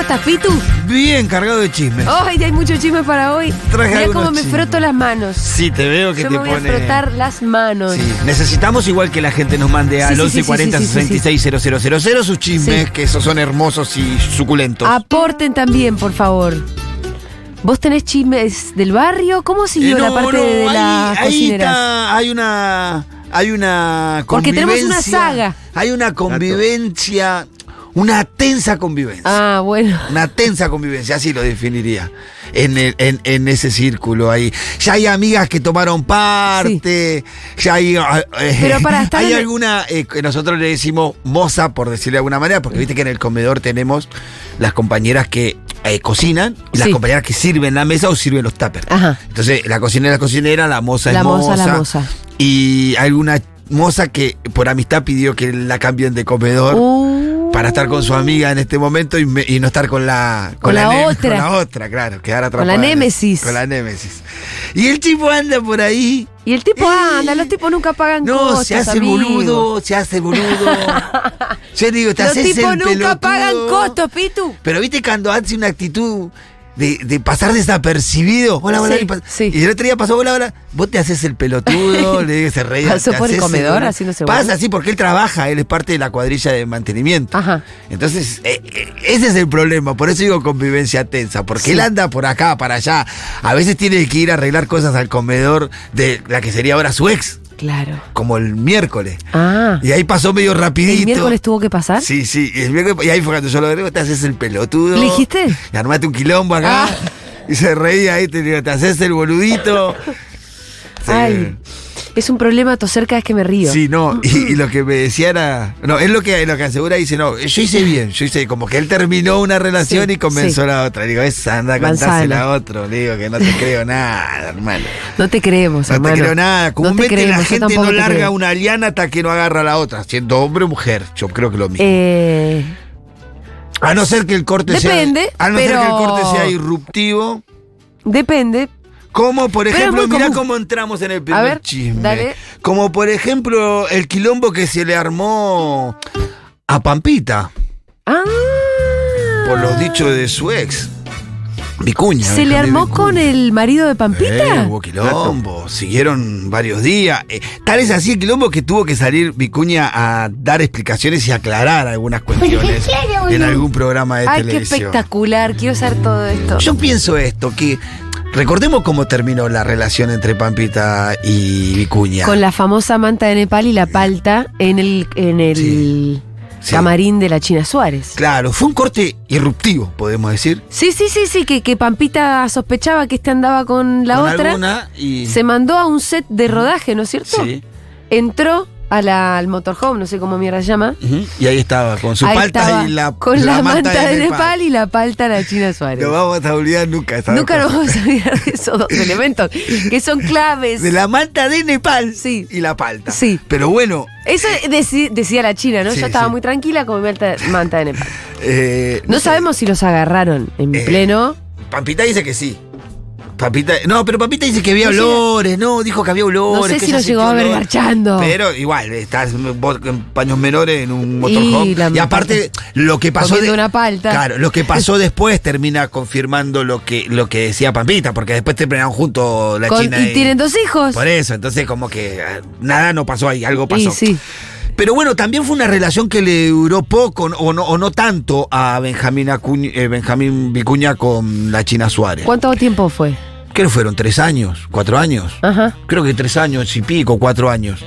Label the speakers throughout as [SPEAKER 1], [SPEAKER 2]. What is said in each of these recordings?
[SPEAKER 1] estás, Pitu?
[SPEAKER 2] Bien cargado de chismes.
[SPEAKER 1] Ay, hay mucho chisme para hoy.
[SPEAKER 2] Traje
[SPEAKER 1] Mirá
[SPEAKER 2] algunos
[SPEAKER 1] cómo me
[SPEAKER 2] chismes.
[SPEAKER 1] froto las manos.
[SPEAKER 2] Sí, te veo que
[SPEAKER 1] Yo
[SPEAKER 2] te
[SPEAKER 1] me voy
[SPEAKER 2] pone.
[SPEAKER 1] a frotar las manos.
[SPEAKER 2] Sí, Necesitamos igual que la gente nos mande
[SPEAKER 1] Sí,
[SPEAKER 2] al
[SPEAKER 1] sí, sí,
[SPEAKER 2] 1140
[SPEAKER 1] sí, sí, sí, sí.
[SPEAKER 2] 660000 sus chismes,
[SPEAKER 1] Sí. Ah,
[SPEAKER 2] que esos son hermosos y suculentos.
[SPEAKER 1] Aporten también, por favor. ¿Vos tenés chismes del barrio? ¿Cómo siguió
[SPEAKER 2] Eh,
[SPEAKER 1] la
[SPEAKER 2] no,
[SPEAKER 1] parte
[SPEAKER 2] no,
[SPEAKER 1] de
[SPEAKER 2] ahí-
[SPEAKER 1] las
[SPEAKER 2] ahí
[SPEAKER 1] cocineras?
[SPEAKER 2] está, hay una. Hay una
[SPEAKER 1] Porque tenemos una
[SPEAKER 2] convivencia,
[SPEAKER 1] saga.
[SPEAKER 2] Hay una convivencia, una tensa convivencia.
[SPEAKER 1] Ah, bueno.
[SPEAKER 2] Una tensa convivencia, así lo definiría. En, el- en- en ese círculo ahí. Ya hay amigas que tomaron parte. Ya hay. ah, eh,
[SPEAKER 1] Pero pará, están
[SPEAKER 2] hay
[SPEAKER 1] en-
[SPEAKER 2] alguna. eh, que nosotros le decimos moza, por decirlo de alguna manera, porque viste que en el comedor tenemos las compañeras que eh, cocinan y las
[SPEAKER 1] Sí.
[SPEAKER 2] compañeras que sirven la mesa o sirven los tuppers.
[SPEAKER 1] Ajá.
[SPEAKER 2] Entonces, la cocinera es cocinera, la moza
[SPEAKER 1] La
[SPEAKER 2] es
[SPEAKER 1] moza,
[SPEAKER 2] moza.
[SPEAKER 1] la moza.
[SPEAKER 2] Y alguna moza que por amistad pidió que la cambien de comedor
[SPEAKER 1] Uh,
[SPEAKER 2] para estar con su amiga en este momento y, me- y no estar con la
[SPEAKER 1] Con la
[SPEAKER 2] ne-
[SPEAKER 1] otra.
[SPEAKER 2] con la otra, claro, quedar atrapada.
[SPEAKER 1] la
[SPEAKER 2] en-
[SPEAKER 1] némesis.
[SPEAKER 2] Con la némesis. Y el tipo anda por ahí.
[SPEAKER 1] Y el tipo
[SPEAKER 2] Eh,
[SPEAKER 1] anda, los tipos nunca pagan
[SPEAKER 2] No,
[SPEAKER 1] cosas,
[SPEAKER 2] se hace
[SPEAKER 1] amigo.
[SPEAKER 2] boludo, se hace boludo. Yo digo, te
[SPEAKER 1] Los
[SPEAKER 2] haces
[SPEAKER 1] tipos
[SPEAKER 2] el
[SPEAKER 1] nunca
[SPEAKER 2] pelotudo.
[SPEAKER 1] pagan costos, Pitu.
[SPEAKER 2] Pero viste cuando hace una actitud de, de pasar desapercibido. Hola, hola.
[SPEAKER 1] Sí,
[SPEAKER 2] y, pas-
[SPEAKER 1] sí.
[SPEAKER 2] y el otro día pasó, hola, hola. Vos te haces el pelotudo, le dices, se reía.
[SPEAKER 1] Pasó
[SPEAKER 2] te
[SPEAKER 1] por el
[SPEAKER 2] haces
[SPEAKER 1] comedor
[SPEAKER 2] boludo.
[SPEAKER 1] haciéndose boludo.
[SPEAKER 2] Pasa así porque él trabaja, él es parte de la cuadrilla de mantenimiento.
[SPEAKER 1] Ajá.
[SPEAKER 2] Entonces, eh, eh, ese es el problema. Por eso digo convivencia tensa. Porque
[SPEAKER 1] Sí.
[SPEAKER 2] él anda por acá, para allá. A veces tiene que ir a arreglar cosas al comedor de la que sería ahora su ex,
[SPEAKER 1] Claro.
[SPEAKER 2] como el miércoles.
[SPEAKER 1] Ah.
[SPEAKER 2] Y ahí pasó medio rapidito.
[SPEAKER 1] ¿El miércoles tuvo que pasar?
[SPEAKER 2] Sí, sí. Y, el miércoles- y ahí fue cuando yo lo agrego, te haces el pelotudo.
[SPEAKER 1] ¿Le dijiste?
[SPEAKER 2] Y armaste un quilombo acá.
[SPEAKER 1] Ah.
[SPEAKER 2] Y se reía ahí, te digo, te haces el boludito. Sí.
[SPEAKER 1] Ay, es un problema toser cada vez que me río.
[SPEAKER 2] Sí, no, y, y lo que me decía era. No, es lo que, lo que asegura dice, no, yo hice bien, yo hice como que él terminó una relación
[SPEAKER 1] Sí,
[SPEAKER 2] y comenzó
[SPEAKER 1] sí.
[SPEAKER 2] la otra. Le digo, es anda,
[SPEAKER 1] Manzana.
[SPEAKER 2] contásela a otro. Le digo que no te creo nada, hermano.
[SPEAKER 1] No te creemos,
[SPEAKER 2] No
[SPEAKER 1] hermano.
[SPEAKER 2] te creo nada.
[SPEAKER 1] No
[SPEAKER 2] Comúnmente
[SPEAKER 1] te creemos,
[SPEAKER 2] la
[SPEAKER 1] yo
[SPEAKER 2] gente
[SPEAKER 1] tampoco
[SPEAKER 2] no
[SPEAKER 1] te
[SPEAKER 2] larga
[SPEAKER 1] creo.
[SPEAKER 2] una liana hasta que no agarra la otra, siendo hombre o mujer. Yo creo que lo mismo.
[SPEAKER 1] Eh,
[SPEAKER 2] a no ser que el corte
[SPEAKER 1] depende,
[SPEAKER 2] sea. A no ser que el
[SPEAKER 1] pero-
[SPEAKER 2] corte sea irruptivo.
[SPEAKER 1] depende.
[SPEAKER 2] Como por
[SPEAKER 1] Pero es
[SPEAKER 2] ejemplo,
[SPEAKER 1] muy
[SPEAKER 2] mirá
[SPEAKER 1] común.
[SPEAKER 2] cómo entramos en el primer
[SPEAKER 1] ver,
[SPEAKER 2] chisme.
[SPEAKER 1] dale.
[SPEAKER 2] Como por ejemplo, el quilombo que se le armó a Pampita
[SPEAKER 1] Ah.
[SPEAKER 2] por los dichos de su ex. Vicuña.
[SPEAKER 1] ¿Se le
[SPEAKER 2] Benjamín
[SPEAKER 1] armó
[SPEAKER 2] Vicuña.
[SPEAKER 1] con el marido de
[SPEAKER 2] Eh,
[SPEAKER 1] Pampita?
[SPEAKER 2] hubo quilombo, siguieron varios días. Eh, tal es así el quilombo que tuvo que salir Vicuña a dar explicaciones y aclarar algunas cuestiones en algún programa de
[SPEAKER 1] Ay, qué
[SPEAKER 2] televisión.
[SPEAKER 1] espectacular. Quiero saber todo esto.
[SPEAKER 2] Yo pienso esto, que recordemos cómo terminó la relación entre Pampita y Vicuña.
[SPEAKER 1] Con la famosa manta de Nepal y la palta en el, en el
[SPEAKER 2] Sí, sí.
[SPEAKER 1] camarín de la China Suárez.
[SPEAKER 2] Claro, fue un corte irruptivo, podemos decir.
[SPEAKER 1] Sí, sí, sí, sí, que, que Pampita sospechaba que este andaba con la
[SPEAKER 2] Con
[SPEAKER 1] otra.
[SPEAKER 2] alguna y...
[SPEAKER 1] Se mandó a un set de rodaje, ¿no es cierto?
[SPEAKER 2] Sí.
[SPEAKER 1] Entró a la- al motorhome, no sé cómo mierda se llama.
[SPEAKER 2] Ujú, Y ahí estaba, con su
[SPEAKER 1] Ahí
[SPEAKER 2] palta
[SPEAKER 1] estaba,
[SPEAKER 2] y la,
[SPEAKER 1] con la, manta, de, Nepal.
[SPEAKER 2] Nepal.
[SPEAKER 1] y la palta de la China Suárez.
[SPEAKER 2] No vamos a olvidar nunca esa
[SPEAKER 1] Nunca
[SPEAKER 2] cosa.
[SPEAKER 1] nos vamos a olvidar de esos dos elementos que son claves.
[SPEAKER 2] De la manta de Nepal
[SPEAKER 1] Sí.
[SPEAKER 2] y la palta.
[SPEAKER 1] Sí.
[SPEAKER 2] Pero bueno,
[SPEAKER 1] Eso deci- decía la China, ¿no?
[SPEAKER 2] Sí,
[SPEAKER 1] Yo estaba
[SPEAKER 2] sí.
[SPEAKER 1] muy tranquila con mi alta- manta de Nepal.
[SPEAKER 2] eh,
[SPEAKER 1] No
[SPEAKER 2] sé,
[SPEAKER 1] sabemos si los agarraron en
[SPEAKER 2] Eh,
[SPEAKER 1] pleno.
[SPEAKER 2] Pampita dice que sí. Pampita, no, pero Pampita dice que había
[SPEAKER 1] No sé-
[SPEAKER 2] olores, no, dijo que había olores.
[SPEAKER 1] No sé
[SPEAKER 2] que
[SPEAKER 1] si
[SPEAKER 2] ella
[SPEAKER 1] nos llegó a
[SPEAKER 2] sintió
[SPEAKER 1] ver
[SPEAKER 2] olor.
[SPEAKER 1] garchando.
[SPEAKER 2] Pero igual, estás vos en paños menores en un motorhome.
[SPEAKER 1] Y la
[SPEAKER 2] Y, aparte, lo que pasó.
[SPEAKER 1] Comiendo una palta.
[SPEAKER 2] Claro, lo que pasó después termina confirmando lo que, lo que decía Pampita, porque después terminaron juntos la
[SPEAKER 1] Con-
[SPEAKER 2] China.
[SPEAKER 1] y tienen dos hijos.
[SPEAKER 2] Por eso, entonces, como que eh, nada no pasó ahí, algo pasó.
[SPEAKER 1] Y sí.
[SPEAKER 2] Pero bueno, también fue una relación que le duró poco o no, o no tanto a Benjamín, Acuña- eh, Benjamín Vicuña con la China Suárez.
[SPEAKER 1] ¿Cuánto tiempo fue?
[SPEAKER 2] Creo que fueron tres años, cuatro años.
[SPEAKER 1] Ajá.
[SPEAKER 2] Creo que tres años y pico, cuatro años.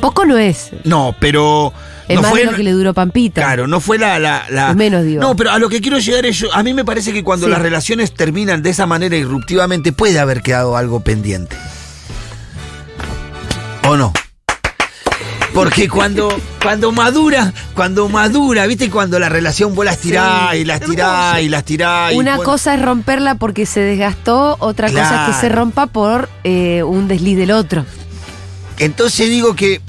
[SPEAKER 1] Poco no es.
[SPEAKER 2] No, pero.
[SPEAKER 1] Es
[SPEAKER 2] no
[SPEAKER 1] más
[SPEAKER 2] fue,
[SPEAKER 1] de lo que le duró Pampita.
[SPEAKER 2] Claro, no fue la. la, la-
[SPEAKER 1] Es menos, digo.
[SPEAKER 2] No, pero a lo que quiero llegar es. yo- a mí me parece que cuando
[SPEAKER 1] Sí.
[SPEAKER 2] las relaciones terminan de esa manera irruptivamente, puede haber quedado algo pendiente. ¿O no? Porque cuando, cuando madura, cuando madura, ¿viste? Cuando la relación vos la estirás
[SPEAKER 1] Sí.
[SPEAKER 2] y la estirás y la estirás. y
[SPEAKER 1] Una
[SPEAKER 2] pon-
[SPEAKER 1] cosa es romperla porque se desgastó, otra cosa es que se
[SPEAKER 2] Claro.
[SPEAKER 1] rompa por eh, un desliz del otro.
[SPEAKER 2] Entonces digo que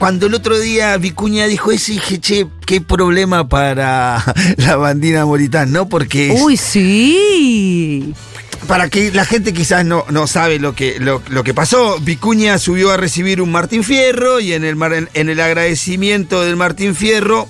[SPEAKER 2] cuando el otro día Vicuña dijo eso, dije, che, qué problema para la bandina Moritán, ¿no? Porque es-
[SPEAKER 1] Uy, sí.
[SPEAKER 2] para que la gente quizás no, no sabe lo que, lo, lo que pasó, Vicuña subió a recibir un Martín Fierro y en el, mar- en el agradecimiento del Martín Fierro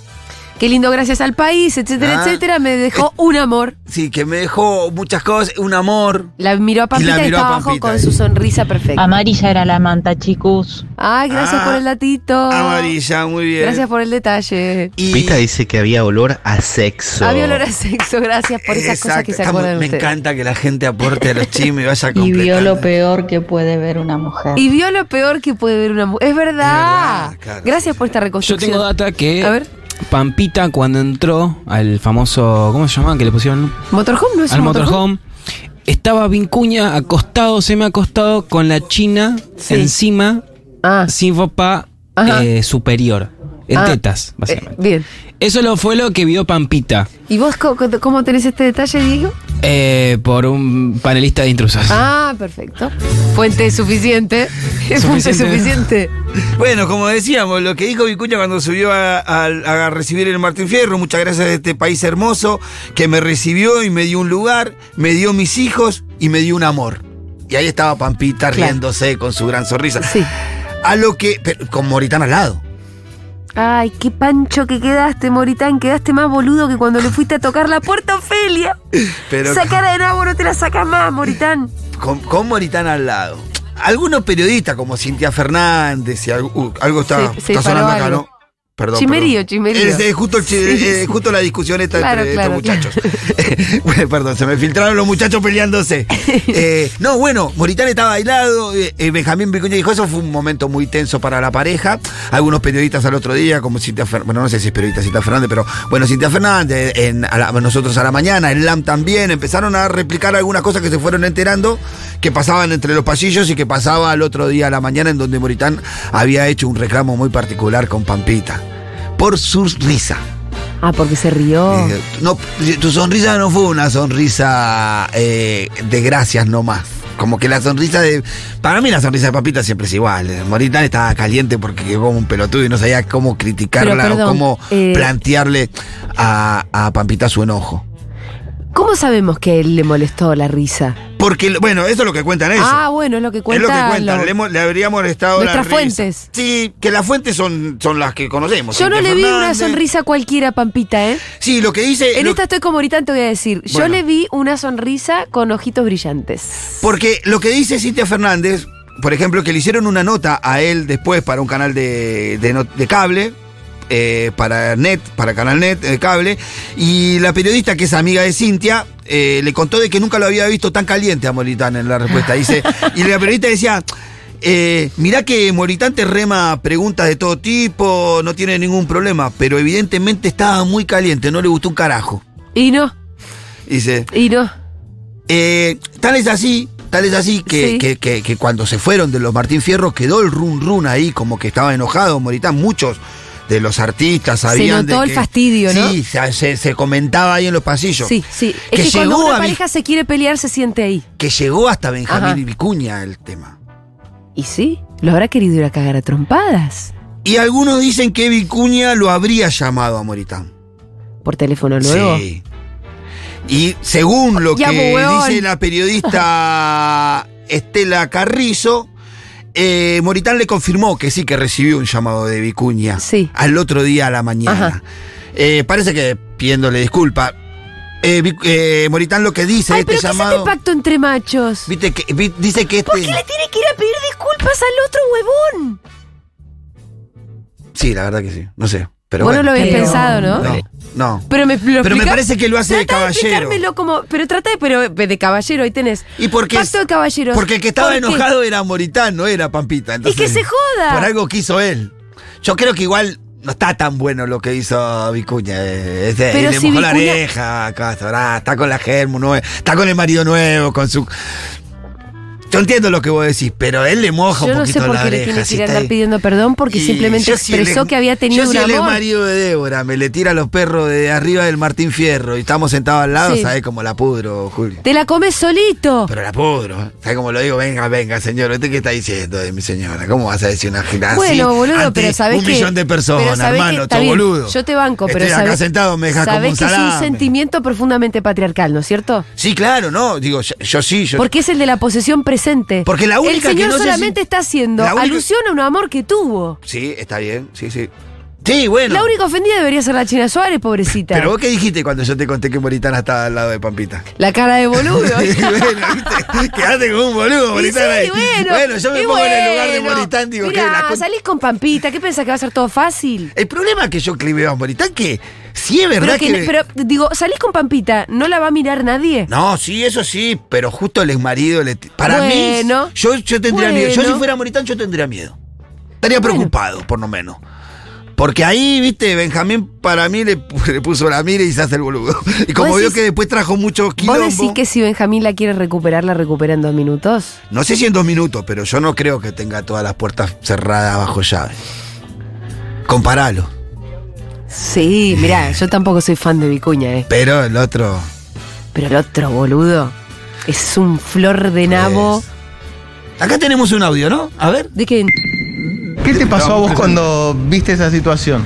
[SPEAKER 1] Qué lindo, gracias al país, etcétera,
[SPEAKER 2] Ah.
[SPEAKER 1] etcétera. Me dejó un amor.
[SPEAKER 2] Sí, que me dejó muchas cosas, un amor.
[SPEAKER 1] La miró a Pampita y,
[SPEAKER 2] miró a
[SPEAKER 1] estaba abajo
[SPEAKER 2] Pampita
[SPEAKER 1] con
[SPEAKER 2] ahí.
[SPEAKER 1] su sonrisa perfecta.
[SPEAKER 3] Amarilla era la manta, chicos.
[SPEAKER 1] Ay, gracias
[SPEAKER 2] Ah,
[SPEAKER 1] por el datito.
[SPEAKER 2] Amarilla, muy bien.
[SPEAKER 1] Oh, Gracias por el detalle.
[SPEAKER 2] Y-
[SPEAKER 4] Pita dice que había olor a sexo.
[SPEAKER 1] Había olor a sexo, gracias por esas cosas
[SPEAKER 2] Exacto,
[SPEAKER 1] que se
[SPEAKER 2] estamos-
[SPEAKER 1] acuerdan
[SPEAKER 2] Me
[SPEAKER 1] ustedes.
[SPEAKER 2] encanta que la gente aporte a los chismes y vaya
[SPEAKER 3] Y vio
[SPEAKER 2] completando.
[SPEAKER 3] lo peor que puede ver una mujer.
[SPEAKER 1] Y vio lo peor que puede ver una mujer. Es verdad.
[SPEAKER 2] Es verdad, claro.
[SPEAKER 1] Gracias por esta
[SPEAKER 5] Yo
[SPEAKER 1] reconstrucción.
[SPEAKER 5] tengo data que
[SPEAKER 1] A ver.
[SPEAKER 5] Pampita cuando entró al famoso, ¿cómo se llamaban? Que le pusieron
[SPEAKER 1] Motorhome no es
[SPEAKER 5] al
[SPEAKER 1] un motorhome.
[SPEAKER 5] motorhome. Estaba Vincuña acostado, se me acostado con la china
[SPEAKER 1] Sí.
[SPEAKER 5] encima,
[SPEAKER 1] Ah,
[SPEAKER 5] sin ropa
[SPEAKER 1] Ajá.
[SPEAKER 5] eh, superior, en
[SPEAKER 1] Ah,
[SPEAKER 5] tetas,
[SPEAKER 1] eh,
[SPEAKER 5] básicamente.
[SPEAKER 1] bien.
[SPEAKER 5] Eso lo fue lo que vio Pampita
[SPEAKER 1] ¿Y vos co- co- cómo tenés este detalle, Diego?
[SPEAKER 5] eh, por un panelista de intrusos.
[SPEAKER 1] Ah, perfecto. Fuente suficiente. Fuente suficiente.
[SPEAKER 2] Bueno, como decíamos, lo que dijo Vicuña cuando subió a, a- a recibir el Martín Fierro, muchas gracias a este país hermoso que me recibió y me dio un lugar, me dio mis hijos y me dio un amor. Y ahí estaba Pampita
[SPEAKER 1] Claro.
[SPEAKER 2] riéndose con su gran sonrisa.
[SPEAKER 1] Sí.
[SPEAKER 2] A lo que. pero con Moritán al lado.
[SPEAKER 1] Ay, qué pancho que quedaste, Moritán. Quedaste más boludo que cuando le fuiste a tocar la puerta a Ofelia.
[SPEAKER 2] Pero
[SPEAKER 1] Esa cara de nabo no te la sacas más, Moritán.
[SPEAKER 2] con, con Moritán al lado. Algunos periodistas como Cintia Fernández y algo, uh, algo está,
[SPEAKER 1] Se- se
[SPEAKER 2] está
[SPEAKER 1] paró
[SPEAKER 2] sonando acá,
[SPEAKER 1] algo.
[SPEAKER 2] ¿no? Perdón.
[SPEAKER 1] Chimerío,
[SPEAKER 2] perdón.
[SPEAKER 1] chimerío.
[SPEAKER 2] Es, es justo, el chi- eh, justo la discusión esta
[SPEAKER 1] Claro,
[SPEAKER 2] entre
[SPEAKER 1] claro, claro.
[SPEAKER 2] estos muchachos. Bueno, perdón, se me filtraron los muchachos peleándose. Eh, no, bueno, Moritán estaba bailado. eh, Benjamín Vicuña dijo: Eso fue un momento muy tenso para la pareja. Algunos periodistas al otro día, como Cintia Fernández, bueno, no sé si es periodista Cintia Fernández, pero bueno, Cintia Fernández, en, a la- nosotros a la mañana, el LAM también, empezaron a replicar algunas cosas que se fueron enterando que pasaban entre los pasillos y que pasaba al otro día a la mañana, en donde Moritán había hecho un reclamo muy particular con Pampita. Por su risa.
[SPEAKER 1] Ah, porque se rió.
[SPEAKER 2] Eh, no, tu sonrisa no fue una sonrisa eh, de gracias nomás. Como que la sonrisa de. Para mí la sonrisa de Papita siempre es igual. Moritán estaba caliente porque quedó como un pelotudo y no sabía cómo criticarla
[SPEAKER 1] Pero, perdón,
[SPEAKER 2] o cómo
[SPEAKER 1] eh,
[SPEAKER 2] plantearle a, a Pampita su enojo.
[SPEAKER 1] ¿Cómo sabemos que a él le molestó la risa?
[SPEAKER 2] Porque, bueno, eso es lo que cuentan ellos.
[SPEAKER 1] Ah, bueno, es lo que
[SPEAKER 2] es
[SPEAKER 1] cuenta.
[SPEAKER 2] lo que cuentan.
[SPEAKER 1] lo-
[SPEAKER 2] Le, hemos- le habría molestado la
[SPEAKER 1] Nuestras
[SPEAKER 2] risa.
[SPEAKER 1] fuentes.
[SPEAKER 2] Sí, que las fuentes son, son las que conocemos.
[SPEAKER 1] Yo no
[SPEAKER 2] Cintia
[SPEAKER 1] le vi una
[SPEAKER 2] Fernández.
[SPEAKER 1] sonrisa cualquiera, Pampita, ¿eh?
[SPEAKER 2] Sí, lo que dice.
[SPEAKER 1] En
[SPEAKER 2] lo-
[SPEAKER 1] esta estoy como ahorita te voy a decir. Yo
[SPEAKER 2] Bueno.
[SPEAKER 1] le vi una sonrisa con ojitos brillantes.
[SPEAKER 2] Porque lo que dice Cintia Fernández, por ejemplo, que le hicieron una nota a él después para un canal de, de no- de cable, eh, para Net, para Canal Net, de cable, y la periodista que es amiga de Cintia. eh, le contó de que nunca lo había visto tan caliente a Moritán en la respuesta. Dice, y la periodista decía, eh, mirá que Moritán te rema preguntas de todo tipo, no tiene ningún problema, pero evidentemente estaba muy caliente, no le gustó un carajo.
[SPEAKER 1] Y no,
[SPEAKER 2] Dice,
[SPEAKER 1] y no.
[SPEAKER 2] eh, tal es así, tal es así que,
[SPEAKER 1] Sí.
[SPEAKER 2] que- que- que cuando se fueron de los Martín Fierro quedó el run run ahí, como que estaba enojado Moritán. Muchos de los artistas sabían. de
[SPEAKER 1] notó el
[SPEAKER 2] que-
[SPEAKER 1] fastidio, ¿no?
[SPEAKER 2] Sí, se, se- se comentaba ahí en los pasillos.
[SPEAKER 1] Sí, sí.
[SPEAKER 2] Que
[SPEAKER 1] Es que, cuando
[SPEAKER 2] llegó
[SPEAKER 1] una
[SPEAKER 2] a vi-
[SPEAKER 1] pareja se quiere pelear, se siente ahí.
[SPEAKER 2] Que llegó hasta Benjamín
[SPEAKER 1] Ajá.
[SPEAKER 2] y Vicuña el tema.
[SPEAKER 1] Y sí, lo habrá querido ir a cagar a trompadas.
[SPEAKER 2] Y algunos dicen que Vicuña lo habría llamado a Moritán.
[SPEAKER 1] Por teléfono luego.
[SPEAKER 2] Sí. Y según lo
[SPEAKER 1] Ya,
[SPEAKER 2] que
[SPEAKER 1] huevón.
[SPEAKER 2] dice la periodista Estela Carrizo, eh, Moritán le confirmó que sí que recibió un llamado de Vicuña
[SPEAKER 1] Sí.
[SPEAKER 2] al otro día a la mañana.
[SPEAKER 1] Ajá.
[SPEAKER 2] Eh, parece que pidiéndole disculpa. eh, Vic- eh, Moritán lo que dice
[SPEAKER 1] Ay,
[SPEAKER 2] este
[SPEAKER 1] pero ¿qué es
[SPEAKER 2] llamado.
[SPEAKER 1] este pacto entre machos?
[SPEAKER 2] viste que- vi- dice que este.
[SPEAKER 1] ¿Por qué le tiene que ir a pedir disculpas al otro huevón?
[SPEAKER 2] Sí, la verdad que sí. No sé. Pero
[SPEAKER 1] Vos no lo
[SPEAKER 2] bueno.
[SPEAKER 1] habías
[SPEAKER 3] Pero-
[SPEAKER 1] pensado, ¿no?
[SPEAKER 2] No, no.
[SPEAKER 1] Pero me lo
[SPEAKER 2] Pero me
[SPEAKER 1] explicás-
[SPEAKER 2] parece que lo hace de
[SPEAKER 1] Tratá
[SPEAKER 2] caballero.
[SPEAKER 1] explicármelo como. Pero trata de. Pero de caballero, ahí tenés.
[SPEAKER 2] ¿Y por qué?
[SPEAKER 1] Pacto de caballeros.
[SPEAKER 2] Porque el que estaba
[SPEAKER 1] ¿Por qué?
[SPEAKER 2] enojado era Moritán, no era Pampita.
[SPEAKER 1] ¡Y que
[SPEAKER 2] entonces-
[SPEAKER 1] se joda!
[SPEAKER 2] Por algo quiso él. Yo creo que igual no está tan bueno lo que hizo Vicuña. eh, este,
[SPEAKER 1] Pero
[SPEAKER 2] le
[SPEAKER 1] si
[SPEAKER 2] mojó la
[SPEAKER 1] Vicuña-
[SPEAKER 2] oreja, acá, ahora está con la Germu nueva, está con el marido nuevo, con su. Yo entiendo lo que vos decís, pero él le moja
[SPEAKER 1] Yo
[SPEAKER 2] un
[SPEAKER 1] no sé
[SPEAKER 2] poquito
[SPEAKER 1] por
[SPEAKER 2] la
[SPEAKER 1] qué
[SPEAKER 2] oreja.
[SPEAKER 1] le tiene que
[SPEAKER 2] si
[SPEAKER 1] ir a
[SPEAKER 2] está
[SPEAKER 1] andar
[SPEAKER 2] ahí.
[SPEAKER 1] pidiendo perdón porque
[SPEAKER 2] Y
[SPEAKER 1] simplemente
[SPEAKER 2] yo si el
[SPEAKER 1] expresó
[SPEAKER 2] ex-
[SPEAKER 1] que había tenido
[SPEAKER 2] yo
[SPEAKER 1] un
[SPEAKER 2] si el ex
[SPEAKER 1] amor.
[SPEAKER 2] marido de Débora me le tira los perros de arriba del Martín Fierro y estamos sentados al lado,
[SPEAKER 1] Sí.
[SPEAKER 2] ¿sabés cómo la pudro, Julio?
[SPEAKER 1] Te la comes solito.
[SPEAKER 2] Pero la pudro. ¿eh? ¿Sabes cómo lo digo? Venga, venga, señor. ¿Usted qué está diciendo de mi señora? ¿Cómo vas a decir una gilada
[SPEAKER 1] bueno,
[SPEAKER 2] así
[SPEAKER 1] boludo,
[SPEAKER 2] ante
[SPEAKER 1] pero sabés
[SPEAKER 2] Un
[SPEAKER 1] que.
[SPEAKER 2] millón de
[SPEAKER 1] pero sabés
[SPEAKER 2] personas,
[SPEAKER 1] que-
[SPEAKER 2] hermano,
[SPEAKER 1] está
[SPEAKER 2] todo
[SPEAKER 1] bien,
[SPEAKER 2] boludo.
[SPEAKER 1] Yo te banco, pero.
[SPEAKER 2] Estoy acá
[SPEAKER 1] sabés-
[SPEAKER 2] sentado, me deja como
[SPEAKER 1] Sabés
[SPEAKER 2] un
[SPEAKER 1] que es un
[SPEAKER 2] salame.
[SPEAKER 1] sentimiento profundamente patriarcal, ¿no es cierto?
[SPEAKER 2] Sí, claro, no. Digo, yo, yo sí, yo.
[SPEAKER 1] Porque es el de la posesión presente.
[SPEAKER 2] Porque la única
[SPEAKER 1] El señor
[SPEAKER 2] que no sé si-
[SPEAKER 1] solamente está haciendo
[SPEAKER 2] La única-
[SPEAKER 1] alusión a un amor que tuvo.
[SPEAKER 2] Sí, está bien, sí, sí. Sí, bueno.
[SPEAKER 1] La única ofendida debería ser la China Suárez, pobrecita.
[SPEAKER 2] Pero vos qué dijiste cuando yo te conté que Moritana estaba al lado de Pampita.
[SPEAKER 1] La cara de boludo.
[SPEAKER 2] Y bueno, ¿viste? Quedaste con un boludo,
[SPEAKER 1] Y sí,
[SPEAKER 2] Moritán. ahí.
[SPEAKER 1] bueno,
[SPEAKER 2] yo me
[SPEAKER 1] y
[SPEAKER 2] pongo en el lugar de
[SPEAKER 1] bueno.
[SPEAKER 2] Moritán, digo
[SPEAKER 1] Mirá,
[SPEAKER 2] que la con-
[SPEAKER 1] salís con Pampita, ¿qué pensás que va a ser todo fácil?
[SPEAKER 2] El problema es que yo cliveo a Moritán, que sí es
[SPEAKER 1] Pero,
[SPEAKER 2] verdad
[SPEAKER 1] que- pero, digo, salís con Pampita, no la va a mirar nadie.
[SPEAKER 2] No, sí, eso sí, pero justo el exmarido le. Para
[SPEAKER 1] Bueno.
[SPEAKER 2] mí, yo, yo tendría miedo. Yo
[SPEAKER 1] Bueno.
[SPEAKER 2] si fuera Moritán, yo tendría miedo. Estaría
[SPEAKER 1] Bueno.
[SPEAKER 2] preocupado, por lo menos. Porque ahí, viste, Benjamín para mí le, le puso la mira y se hace el boludo. Y como
[SPEAKER 1] ¿Vos
[SPEAKER 2] vio
[SPEAKER 1] decís-
[SPEAKER 2] que después trajo muchos
[SPEAKER 1] ¿Vos
[SPEAKER 2] kilómetros.
[SPEAKER 1] decís que si Benjamín la quiere recuperar, la recupera en dos minutos?
[SPEAKER 2] No sé si en dos minutos, pero yo no creo que tenga todas las puertas cerradas bajo llave. Comparalo.
[SPEAKER 1] Sí, mirá, yo tampoco soy fan de Vicuña, ¿eh?
[SPEAKER 2] Pero el otro.
[SPEAKER 1] Pero el otro boludo es un flor de nabo.
[SPEAKER 2] Acá tenemos un audio, ¿no? A ver.
[SPEAKER 1] ¿De quién?
[SPEAKER 4] ¿Qué te pasó a vos cuando viste esa situación?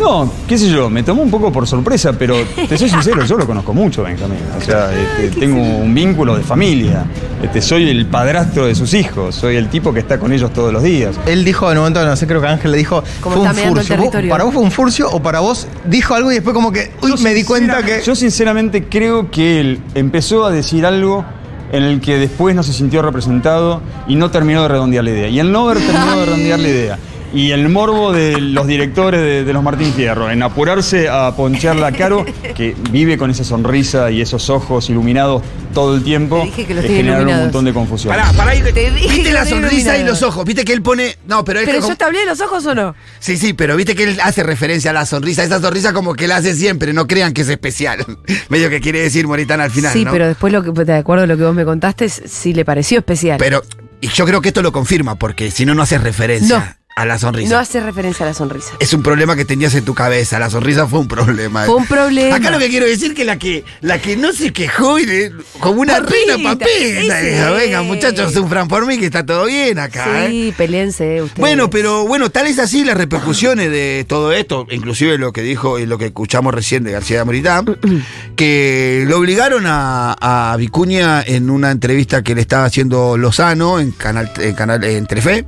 [SPEAKER 6] No, qué sé yo, me tomó un poco por sorpresa, pero te soy sincero, yo lo conozco mucho, Benjamín. O sea, este, tengo un vínculo de familia. Este, soy el padrastro de sus hijos, soy el tipo que está con ellos todos los días.
[SPEAKER 4] Él dijo en un momento, no sé, creo que Ángel le dijo,
[SPEAKER 1] Como
[SPEAKER 4] fue
[SPEAKER 1] está
[SPEAKER 4] un
[SPEAKER 1] meando el
[SPEAKER 4] furcio. ¿Vos-
[SPEAKER 1] territorio.
[SPEAKER 4] ¿Para vos fue un furcio o para vos dijo algo y después como que, uy,
[SPEAKER 6] Yo
[SPEAKER 4] me di cuenta
[SPEAKER 6] sincera-
[SPEAKER 4] que...
[SPEAKER 6] Yo sinceramente creo que él empezó a decir algo en el que después no se sintió representado y no terminó de redondear la idea. Y el no haber terminado de redondear la idea. Y el morbo de los directores de, de los Martín Fierro, en apurarse a poncharla a Caro, que vive con esa sonrisa y esos ojos iluminados todo el tiempo,
[SPEAKER 1] Te dije que los
[SPEAKER 6] eh,
[SPEAKER 1] tiene
[SPEAKER 6] generaron un
[SPEAKER 1] iluminados.
[SPEAKER 6] montón de confusión.
[SPEAKER 2] Pará, pará. ahí-
[SPEAKER 1] Te dije
[SPEAKER 2] viste
[SPEAKER 1] que
[SPEAKER 2] la
[SPEAKER 1] no
[SPEAKER 2] sonrisa
[SPEAKER 1] iluminaba.
[SPEAKER 2] y los ojos. Viste que él pone. No, pero es
[SPEAKER 1] ¿Pero
[SPEAKER 2] como-
[SPEAKER 1] yo te hablé de los ojos o no?
[SPEAKER 2] Sí, sí, pero viste que él hace referencia a la sonrisa. Esa sonrisa como que la hace siempre. No crean que es especial. Medio que quiere decir Moritana al final.
[SPEAKER 1] sí,
[SPEAKER 2] ¿no?
[SPEAKER 1] pero después lo que, de acuerdo a lo que vos me contaste, sí le pareció especial.
[SPEAKER 2] Pero. Y yo creo que esto lo confirma, porque si no, no hace referencia
[SPEAKER 1] No.
[SPEAKER 2] a la sonrisa.
[SPEAKER 1] no hace referencia a la sonrisa.
[SPEAKER 2] Es un problema que tenías en tu cabeza. La sonrisa fue un problema.
[SPEAKER 1] Fue un problema.
[SPEAKER 2] Acá lo que quiero decir que la que la que no se quejó y le- como una
[SPEAKER 1] Papita,
[SPEAKER 2] reina papita.
[SPEAKER 1] sí,
[SPEAKER 2] dijo,
[SPEAKER 1] sí.
[SPEAKER 2] Venga, muchachos, sufran por mí que está todo bien acá. ¿eh?".
[SPEAKER 1] Sí, peleense eh, ustedes.
[SPEAKER 2] Bueno, pero bueno, tal es así las repercusiones de todo esto, inclusive lo que dijo y lo que escuchamos recién de García de Moritán, que lo obligaron a, a Vicuña en una entrevista que le estaba haciendo Lozano en Canal, en canal en Telefe,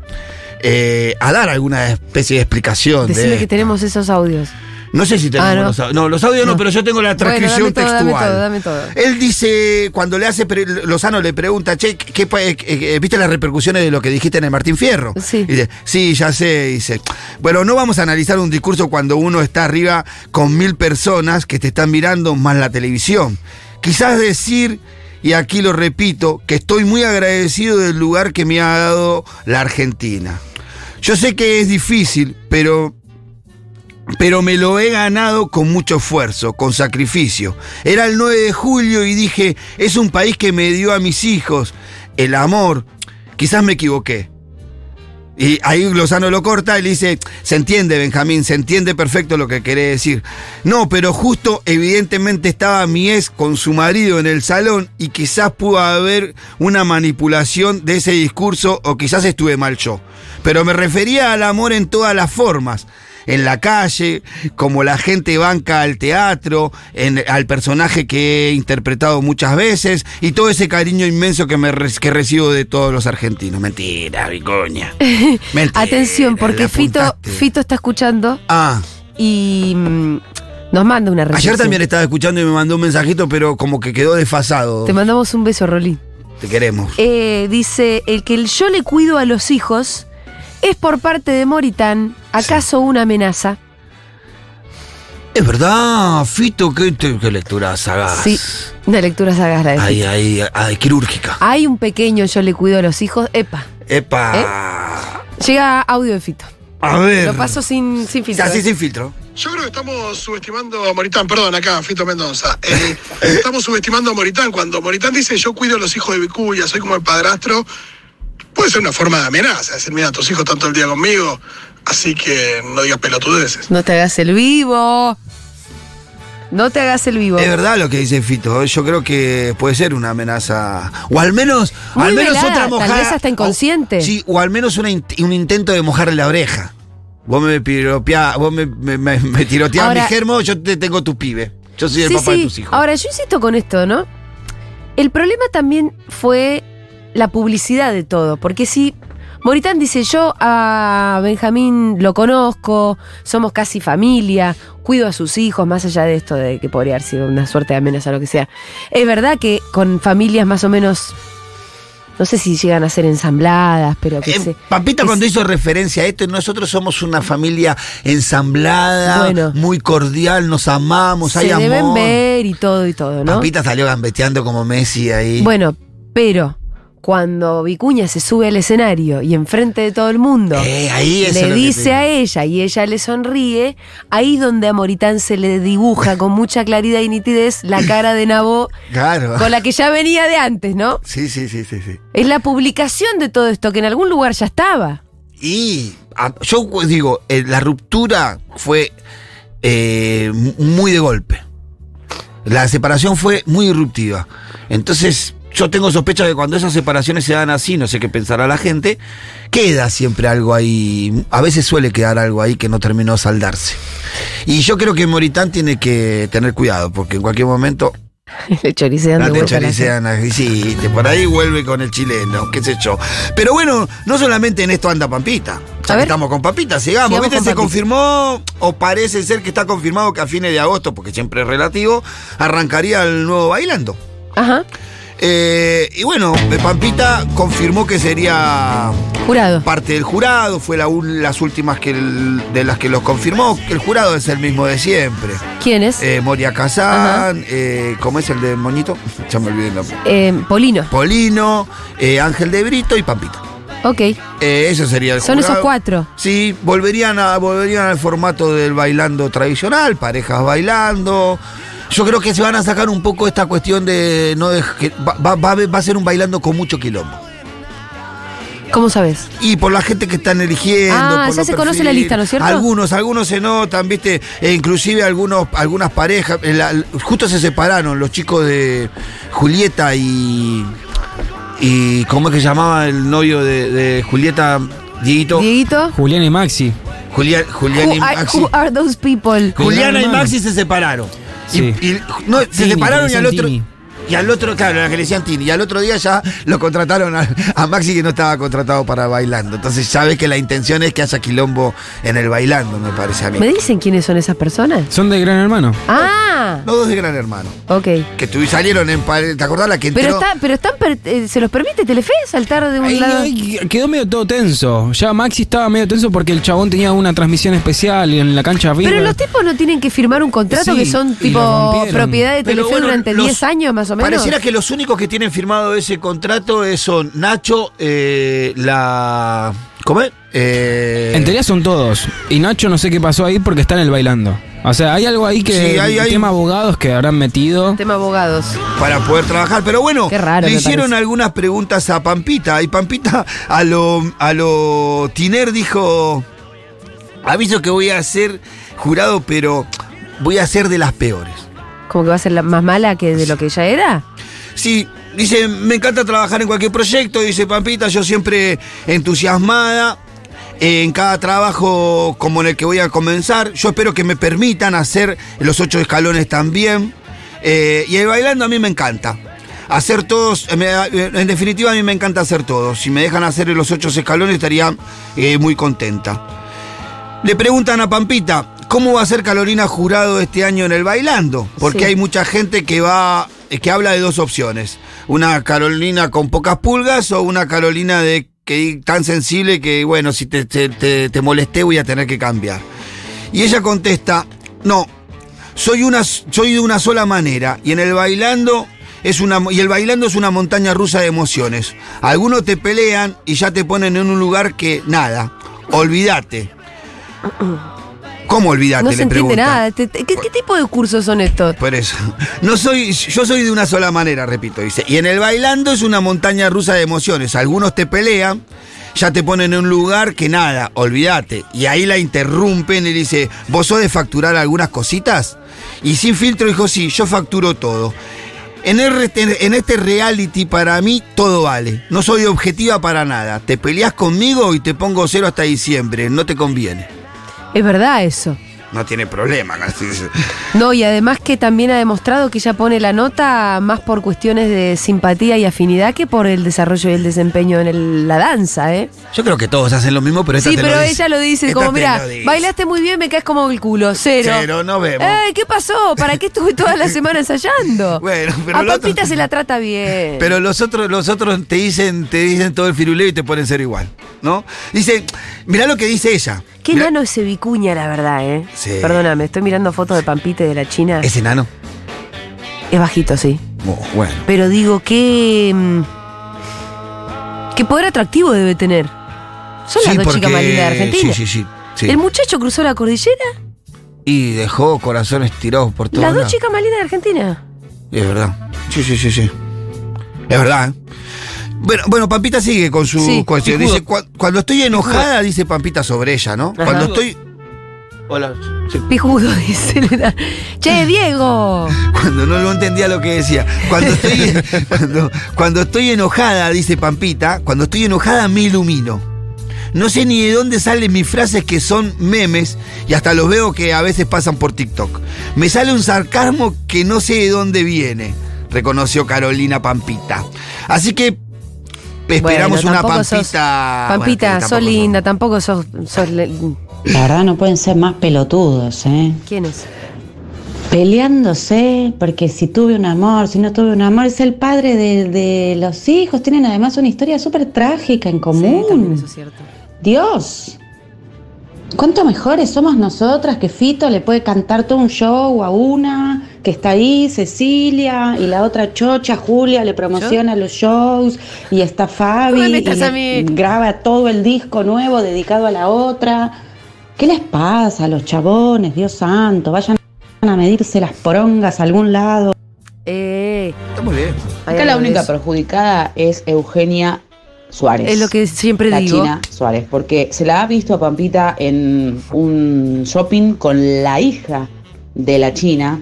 [SPEAKER 2] eh, a dar alguna especie de explicación.
[SPEAKER 1] Decime
[SPEAKER 2] de
[SPEAKER 1] que
[SPEAKER 2] esto.
[SPEAKER 1] tenemos esos audios.
[SPEAKER 2] No sé si tenemos
[SPEAKER 1] Ah, ¿no?
[SPEAKER 2] los audios. No, los audios no,
[SPEAKER 1] No.
[SPEAKER 2] pero yo tengo la
[SPEAKER 1] Bueno,
[SPEAKER 2] transcripción
[SPEAKER 1] dame todo, dame
[SPEAKER 2] textual.
[SPEAKER 1] todo, dame todo.
[SPEAKER 2] Él dice, cuando le hace, pre- Lozano le pregunta, che, ¿qué, pa- eh, eh, ¿viste las repercusiones de lo que dijiste en el Martín Fierro?
[SPEAKER 1] Sí.
[SPEAKER 2] Y dice, sí, ya sé. Y dice, bueno, no vamos a analizar un discurso cuando uno está arriba con mil personas que te están mirando más la televisión. Quizás decir, y aquí lo repito, que estoy muy agradecido del lugar que me ha dado la Argentina. Yo sé que es difícil, pero pero me lo he ganado con mucho esfuerzo, con sacrificio. Era el 9 de julio y dije, es un país que me dio a mis hijos el amor. Quizás me equivoqué. Y ahí Lozano lo corta y le dice, se entiende Benjamín, se entiende perfecto lo que querés decir. No, pero justo evidentemente estaba mi ex con su marido en el salón y quizás pudo haber una manipulación de ese discurso o quizás estuve mal yo. Pero me refería al amor en todas las formas. En la calle, como la gente banca al teatro, en- al personaje que he interpretado muchas veces y todo ese cariño inmenso que, me, re- que recibo de todos los argentinos. Mentira, Vicoña. Mentira,
[SPEAKER 1] Atención,
[SPEAKER 2] le
[SPEAKER 1] porque Fito,
[SPEAKER 2] apuntaste.
[SPEAKER 1] Fito está escuchando
[SPEAKER 2] Ah,
[SPEAKER 1] y mm, nos manda una reflexión.
[SPEAKER 2] ayer también estaba escuchando y me mandó un mensajito, pero como que quedó desfasado.
[SPEAKER 1] Te
[SPEAKER 2] Te,
[SPEAKER 1] mandamos un beso, Rolín.
[SPEAKER 2] queremos.
[SPEAKER 1] Eh, dice, el que el yo le cuido a los hijos es por parte de Moritán, ¿acaso una amenaza?
[SPEAKER 2] Es verdad, Fito, qué, te- qué lectura sagaz.
[SPEAKER 1] Sí, una lectura sagaz la de
[SPEAKER 2] Ah. Ahí,
[SPEAKER 1] Fito.
[SPEAKER 2] ahí, ahí, quirúrgica.
[SPEAKER 1] Hay un pequeño yo le cuido a los hijos. Epa,
[SPEAKER 2] Epa.
[SPEAKER 1] llega audio de Fito.
[SPEAKER 2] A ver.
[SPEAKER 1] ¿eh? Lo paso sin, sin filtro.
[SPEAKER 2] Así
[SPEAKER 1] ¿eh?
[SPEAKER 2] sin filtro.
[SPEAKER 7] Yo creo que estamos subestimando a Moritán, perdón, acá, Fito Mendoza. Eh, estamos subestimando a Moritán cuando Moritán dice yo cuido a los hijos de Vicuña, soy como el padrastro. Puede ser una forma de amenaza, decir, mira, tus hijos están todo el día conmigo, así que no digas pelotudeces.
[SPEAKER 1] No te hagas el vivo. No te hagas el vivo.
[SPEAKER 2] Es verdad lo que dice Fito. Yo creo que puede ser una amenaza. O al menos,
[SPEAKER 1] Muy
[SPEAKER 2] al menos
[SPEAKER 1] velada,
[SPEAKER 2] otra
[SPEAKER 1] tal
[SPEAKER 2] mojada.
[SPEAKER 1] vez hasta inconsciente.
[SPEAKER 2] o- sí, o al menos una int- un intento de mojarle la oreja. Vos me piropeá, vos me, me, me- me tiroteás
[SPEAKER 1] Ahora-
[SPEAKER 2] mi germo, yo te tengo tu pibe. Yo soy el
[SPEAKER 1] Sí,
[SPEAKER 2] papá
[SPEAKER 1] sí.
[SPEAKER 2] de tus hijos.
[SPEAKER 1] Ahora, yo insisto con esto, ¿no? El problema también fue la publicidad de todo, porque si Moritán dice, yo a Benjamín lo conozco, somos casi familia, cuido a sus hijos, más allá de esto de que podría haber sido una suerte de amenaza o lo que sea. Es verdad que con familias más o menos, no sé si llegan a ser ensambladas, pero que
[SPEAKER 2] Eh,
[SPEAKER 1] se...
[SPEAKER 2] Papita
[SPEAKER 1] que
[SPEAKER 2] cuando
[SPEAKER 1] se-
[SPEAKER 2] hizo referencia a esto, nosotros somos una familia ensamblada,
[SPEAKER 1] Bueno.
[SPEAKER 2] muy cordial, nos amamos, hay
[SPEAKER 1] se
[SPEAKER 2] amor.
[SPEAKER 1] deben ver y todo y todo, ¿no?
[SPEAKER 2] Papita salió gambeteando como Messi ahí.
[SPEAKER 1] Bueno, pero cuando Vicuña se sube al escenario y enfrente de todo el mundo
[SPEAKER 2] Eh, ahí eso es
[SPEAKER 1] le
[SPEAKER 2] lo que te-
[SPEAKER 1] dice a ella y ella le sonríe, ahí es donde a Moritán se le dibuja con mucha claridad y nitidez la cara de Nabó
[SPEAKER 2] Claro.
[SPEAKER 1] con la que ya venía de antes, ¿no?
[SPEAKER 2] Sí, sí, sí, sí, sí.
[SPEAKER 1] Es la publicación de todo esto que en algún lugar ya estaba.
[SPEAKER 2] Y a- yo pues, digo, eh, la ruptura fue eh, mu- muy de golpe. La separación fue muy irruptiva. Entonces, yo tengo sospecha de que cuando esas separaciones se dan así, no sé qué pensará la gente, queda siempre algo ahí. A veces suele quedar algo ahí que no terminó de saldarse. Y yo creo que Moritán tiene que tener cuidado, porque en cualquier momento
[SPEAKER 1] le choricean de
[SPEAKER 2] no te
[SPEAKER 1] vuelta a la
[SPEAKER 2] choricean, así, sí, te- por ahí vuelve con el chileno, qué sé yo. Pero bueno, no solamente en esto anda Pampita. Ya
[SPEAKER 1] A
[SPEAKER 2] que
[SPEAKER 1] ver.
[SPEAKER 2] estamos con Pampita, sigamos.
[SPEAKER 1] Sigamos
[SPEAKER 2] ¿Viste?
[SPEAKER 1] con
[SPEAKER 2] se
[SPEAKER 1] Pampita.
[SPEAKER 2] confirmó, o parece ser que está confirmado que a fines de agosto, porque siempre es relativo, arrancaría el nuevo bailando.
[SPEAKER 1] Ajá,
[SPEAKER 2] Eh, y bueno, eh, Pampita confirmó que sería
[SPEAKER 1] jurado.
[SPEAKER 2] parte del jurado, fue la un- las últimas que el- de las que los confirmó. El jurado es el mismo de siempre.
[SPEAKER 1] ¿Quién es?
[SPEAKER 2] Eh, Moria Kazan, eh, ¿cómo es el de Moñito? Ya me olvidé el nombre.
[SPEAKER 1] Eh, Polino.
[SPEAKER 2] Polino, eh, Ángel de Brito y Pampita.
[SPEAKER 1] Ok.
[SPEAKER 2] Eh, eso sería el
[SPEAKER 1] Son
[SPEAKER 2] jurado.
[SPEAKER 1] esos cuatro.
[SPEAKER 2] Sí, volverían, a, volverían al formato del bailando tradicional, parejas bailando. Yo creo que se van a sacar un poco esta cuestión de. no de- que va, va- va a haber- va a ser un bailando con mucho quilombo.
[SPEAKER 1] ¿Cómo sabes?
[SPEAKER 2] Y por la gente que están eligiendo.
[SPEAKER 1] Ah,
[SPEAKER 2] por
[SPEAKER 1] ya
[SPEAKER 2] los
[SPEAKER 1] se conoce la lista, ¿no es cierto?
[SPEAKER 2] Algunos, algunos se notan, ¿viste? E inclusive algunos, algunas parejas. eh, la- justo se separaron los chicos de Julieta y. y ¿Cómo es que se llamaba el novio de, de Julieta? Dieguito.
[SPEAKER 1] Dieguito.
[SPEAKER 5] Julián y Maxi.
[SPEAKER 2] Julián, Julián y
[SPEAKER 1] Who are,
[SPEAKER 2] Maxi.
[SPEAKER 1] who are those people?
[SPEAKER 2] Juliana y
[SPEAKER 5] Julián
[SPEAKER 2] Maxi se separaron.
[SPEAKER 5] Sí.
[SPEAKER 2] Y, y- no, se
[SPEAKER 5] Tini,
[SPEAKER 2] separaron y al otro.
[SPEAKER 5] Tini.
[SPEAKER 2] Y al otro, claro, la que le decían Tini. Y al otro día ya lo contrataron a, a Maxi que no estaba contratado para bailando. Entonces ya ves que la intención es que haya quilombo en el bailando, me parece a mí.
[SPEAKER 1] ¿Me dicen quiénes son esas personas?
[SPEAKER 5] Son de Gran Hermano.
[SPEAKER 1] Ah,
[SPEAKER 2] Los dos de gran hermano.
[SPEAKER 1] ok.
[SPEAKER 2] Que tuvi- salieron en pare- ¿Te acordás la que entró?
[SPEAKER 1] Pero, está, pero están per- eh, ¿se los permite Telefe saltar de un
[SPEAKER 5] Ay,
[SPEAKER 1] lado?
[SPEAKER 5] ay, quedó medio todo tenso. Ya Maxi estaba medio tenso porque el chabón tenía una transmisión especial en la cancha viva.
[SPEAKER 1] pero los tipos no tienen que firmar un contrato
[SPEAKER 5] Sí,
[SPEAKER 1] que son
[SPEAKER 5] y lo
[SPEAKER 1] tipo
[SPEAKER 5] rompieron.
[SPEAKER 1] propiedad de
[SPEAKER 2] Pero
[SPEAKER 1] Telefe
[SPEAKER 2] bueno,
[SPEAKER 1] durante
[SPEAKER 2] los-
[SPEAKER 1] 10 años más o menos.
[SPEAKER 2] Pareciera que los únicos que tienen firmado ese contrato es- son Nacho, eh, la. ¿Cómo es? Eh,
[SPEAKER 5] En teoría son todos. Y Nacho no sé qué pasó ahí porque está en el bailando. O sea, hay algo ahí que.
[SPEAKER 2] Sí, hay- hay-
[SPEAKER 5] tema abogados que habrán metido.
[SPEAKER 1] Tema abogados.
[SPEAKER 2] para poder trabajar. Pero bueno,
[SPEAKER 1] Qué raro,
[SPEAKER 2] le
[SPEAKER 1] me
[SPEAKER 2] hicieron
[SPEAKER 1] parece.
[SPEAKER 2] algunas preguntas a Pampita y Pampita a lo, a lo Tiner dijo, aviso que voy a ser jurado, pero voy a ser de las peores.
[SPEAKER 1] Como que va a ser la más mala que de lo que ya era.
[SPEAKER 2] Sí, dice, me encanta trabajar en cualquier proyecto, dice Pampita, yo siempre entusiasmada. eh, En cada trabajo como en el que voy a comenzar, yo espero que me permitan hacer los ocho escalones también. Eh, y el bailando a mí me encanta. Hacer todos, eh, me- eh, en definitiva a mí me encanta hacer todo. Si me dejan hacer los ocho escalones estaría eh, muy contenta. Le preguntan a Pampita, ¿cómo va a ser Carolina Jurado este año en el bailando? Porque
[SPEAKER 1] Sí.
[SPEAKER 2] hay mucha gente que va, eh, que habla de dos opciones. Una Carolina con pocas pulgas o una Carolina de que tan sensible que, bueno, si te, te, te- te molesté voy a tener que cambiar. Y ella contesta, no, soy, una, soy de una sola manera y en el bailando es una y el bailando es una montaña rusa de emociones. Algunos te pelean y ya te ponen en un lugar que nada, olvídate. ¿Cómo olvídate?
[SPEAKER 1] No
[SPEAKER 2] Le
[SPEAKER 1] se entiende
[SPEAKER 2] pregunta.
[SPEAKER 1] nada. Te- te- ¿Qué, qué tipo de cursos son estos?
[SPEAKER 2] Por eso. No soy, yo soy de una sola manera, repito, dice. Y en el bailando es una montaña rusa de emociones. Algunos te pelean, ya te ponen en un lugar que nada, olvídate. Y ahí la interrumpen y le dice, ¿vos sos de facturar algunas cositas? Y sin filtro dijo, sí, yo facturo todo. En, el re- en este reality para mí todo vale. No soy objetiva para nada. Te peleas conmigo y te pongo cero hasta diciembre. No te conviene.
[SPEAKER 1] Es verdad eso.
[SPEAKER 2] no tiene problema.
[SPEAKER 1] No, y además que también ha demostrado que ella pone la nota más por cuestiones de simpatía y afinidad que por el desarrollo y el desempeño en el- la danza, ¿eh?
[SPEAKER 2] Yo creo que todos hacen lo mismo, pero esta
[SPEAKER 1] sí,
[SPEAKER 2] te
[SPEAKER 1] pero
[SPEAKER 2] lo dice.
[SPEAKER 1] ella lo dice
[SPEAKER 2] Esta
[SPEAKER 1] como,
[SPEAKER 2] te
[SPEAKER 1] mira,
[SPEAKER 2] lo dice.
[SPEAKER 1] bailaste muy bien, me caes como el culo, cero.
[SPEAKER 2] Cero, nos vemos.
[SPEAKER 1] Ey, ¿qué pasó? ¿Para qué estuve toda la semana ensayando?
[SPEAKER 2] Bueno, pero
[SPEAKER 1] A
[SPEAKER 2] el otro-
[SPEAKER 1] Pampita se la trata bien.
[SPEAKER 2] Pero los otros, los otros te dicen, te dicen todo el firuleo y te ponen ser igual, ¿no? Dicen, mirá lo que dice ella.
[SPEAKER 1] Qué
[SPEAKER 2] Mirá-
[SPEAKER 1] nano ese vicuña, la verdad, ¿eh?
[SPEAKER 2] Sí.
[SPEAKER 1] Perdóname, estoy mirando fotos de Pampita y de la China. Es,
[SPEAKER 2] ¿Es enano?
[SPEAKER 1] bajito, sí.
[SPEAKER 2] Oh, bueno.
[SPEAKER 1] Pero digo, qué. mm, qué poder atractivo debe tener. Son las
[SPEAKER 2] Sí,
[SPEAKER 1] dos chicas
[SPEAKER 2] porque-
[SPEAKER 1] más lindas de Argentina.
[SPEAKER 2] Sí, sí, sí. sí.
[SPEAKER 1] El muchacho cruzó la cordillera,
[SPEAKER 2] Y dejó corazones tirados por todos
[SPEAKER 1] las dos
[SPEAKER 2] lados.
[SPEAKER 1] chicas más lindas de Argentina.
[SPEAKER 2] Es verdad. Sí, sí, sí, sí. Es verdad, ¿eh? Bueno, bueno, Pampita sigue con su
[SPEAKER 1] Sí.
[SPEAKER 2] cuestión. Dice, "Cua- cuando estoy enojada, dice Pampita sobre ella, ¿no?
[SPEAKER 1] Ajá.
[SPEAKER 2] Cuando estoy,
[SPEAKER 4] Hola.
[SPEAKER 1] Pijudo, dice Elena. Che, Diego.
[SPEAKER 2] cuando no lo entendía lo que decía. Cuando estoy, cuando, cuando estoy enojada, dice Pampita, cuando estoy enojada me ilumino. No sé ni de dónde salen mis frases que son memes y hasta los veo que a veces pasan por TikTok. Me sale un sarcasmo que no sé de dónde viene, reconoció Carolina Pampita. Así que esperamos
[SPEAKER 1] Bueno,
[SPEAKER 2] una
[SPEAKER 1] tampoco sos-
[SPEAKER 2] Pampita.
[SPEAKER 1] Pampita,
[SPEAKER 2] bueno, que
[SPEAKER 1] sos
[SPEAKER 2] tampoco
[SPEAKER 1] linda, tampoco sos. sos le-
[SPEAKER 8] La verdad no pueden ser más pelotudos, ¿eh?
[SPEAKER 1] ¿Quién es?
[SPEAKER 8] Peleándose, porque si tuve un amor, si no tuve un amor, es el padre de, de los hijos, tienen además una historia súper trágica en
[SPEAKER 1] Sí, también
[SPEAKER 8] común.
[SPEAKER 1] eso es cierto.
[SPEAKER 8] Dios, ¿cuánto mejores somos nosotras que Fito le puede cantar todo un show a una que está ahí, Cecilia, y la otra chocha, Julia, le promociona los shows, y está Fabi,
[SPEAKER 1] No me
[SPEAKER 8] y
[SPEAKER 1] metas a
[SPEAKER 8] le-
[SPEAKER 1] mí.
[SPEAKER 8] graba todo el disco nuevo dedicado a la otra. ¿Qué les pasa a los chabones, Dios santo? Vayan a medirse las porongas a algún lado.
[SPEAKER 1] Eh,
[SPEAKER 2] Está muy bien.
[SPEAKER 1] hay
[SPEAKER 9] Acá la
[SPEAKER 1] algo de
[SPEAKER 9] única
[SPEAKER 1] eso.
[SPEAKER 9] perjudicada es Eugenia Suárez.
[SPEAKER 1] Es lo que siempre
[SPEAKER 9] la
[SPEAKER 1] digo.
[SPEAKER 9] China Suárez, porque se la ha visto a Pampita en un shopping con la hija de la China.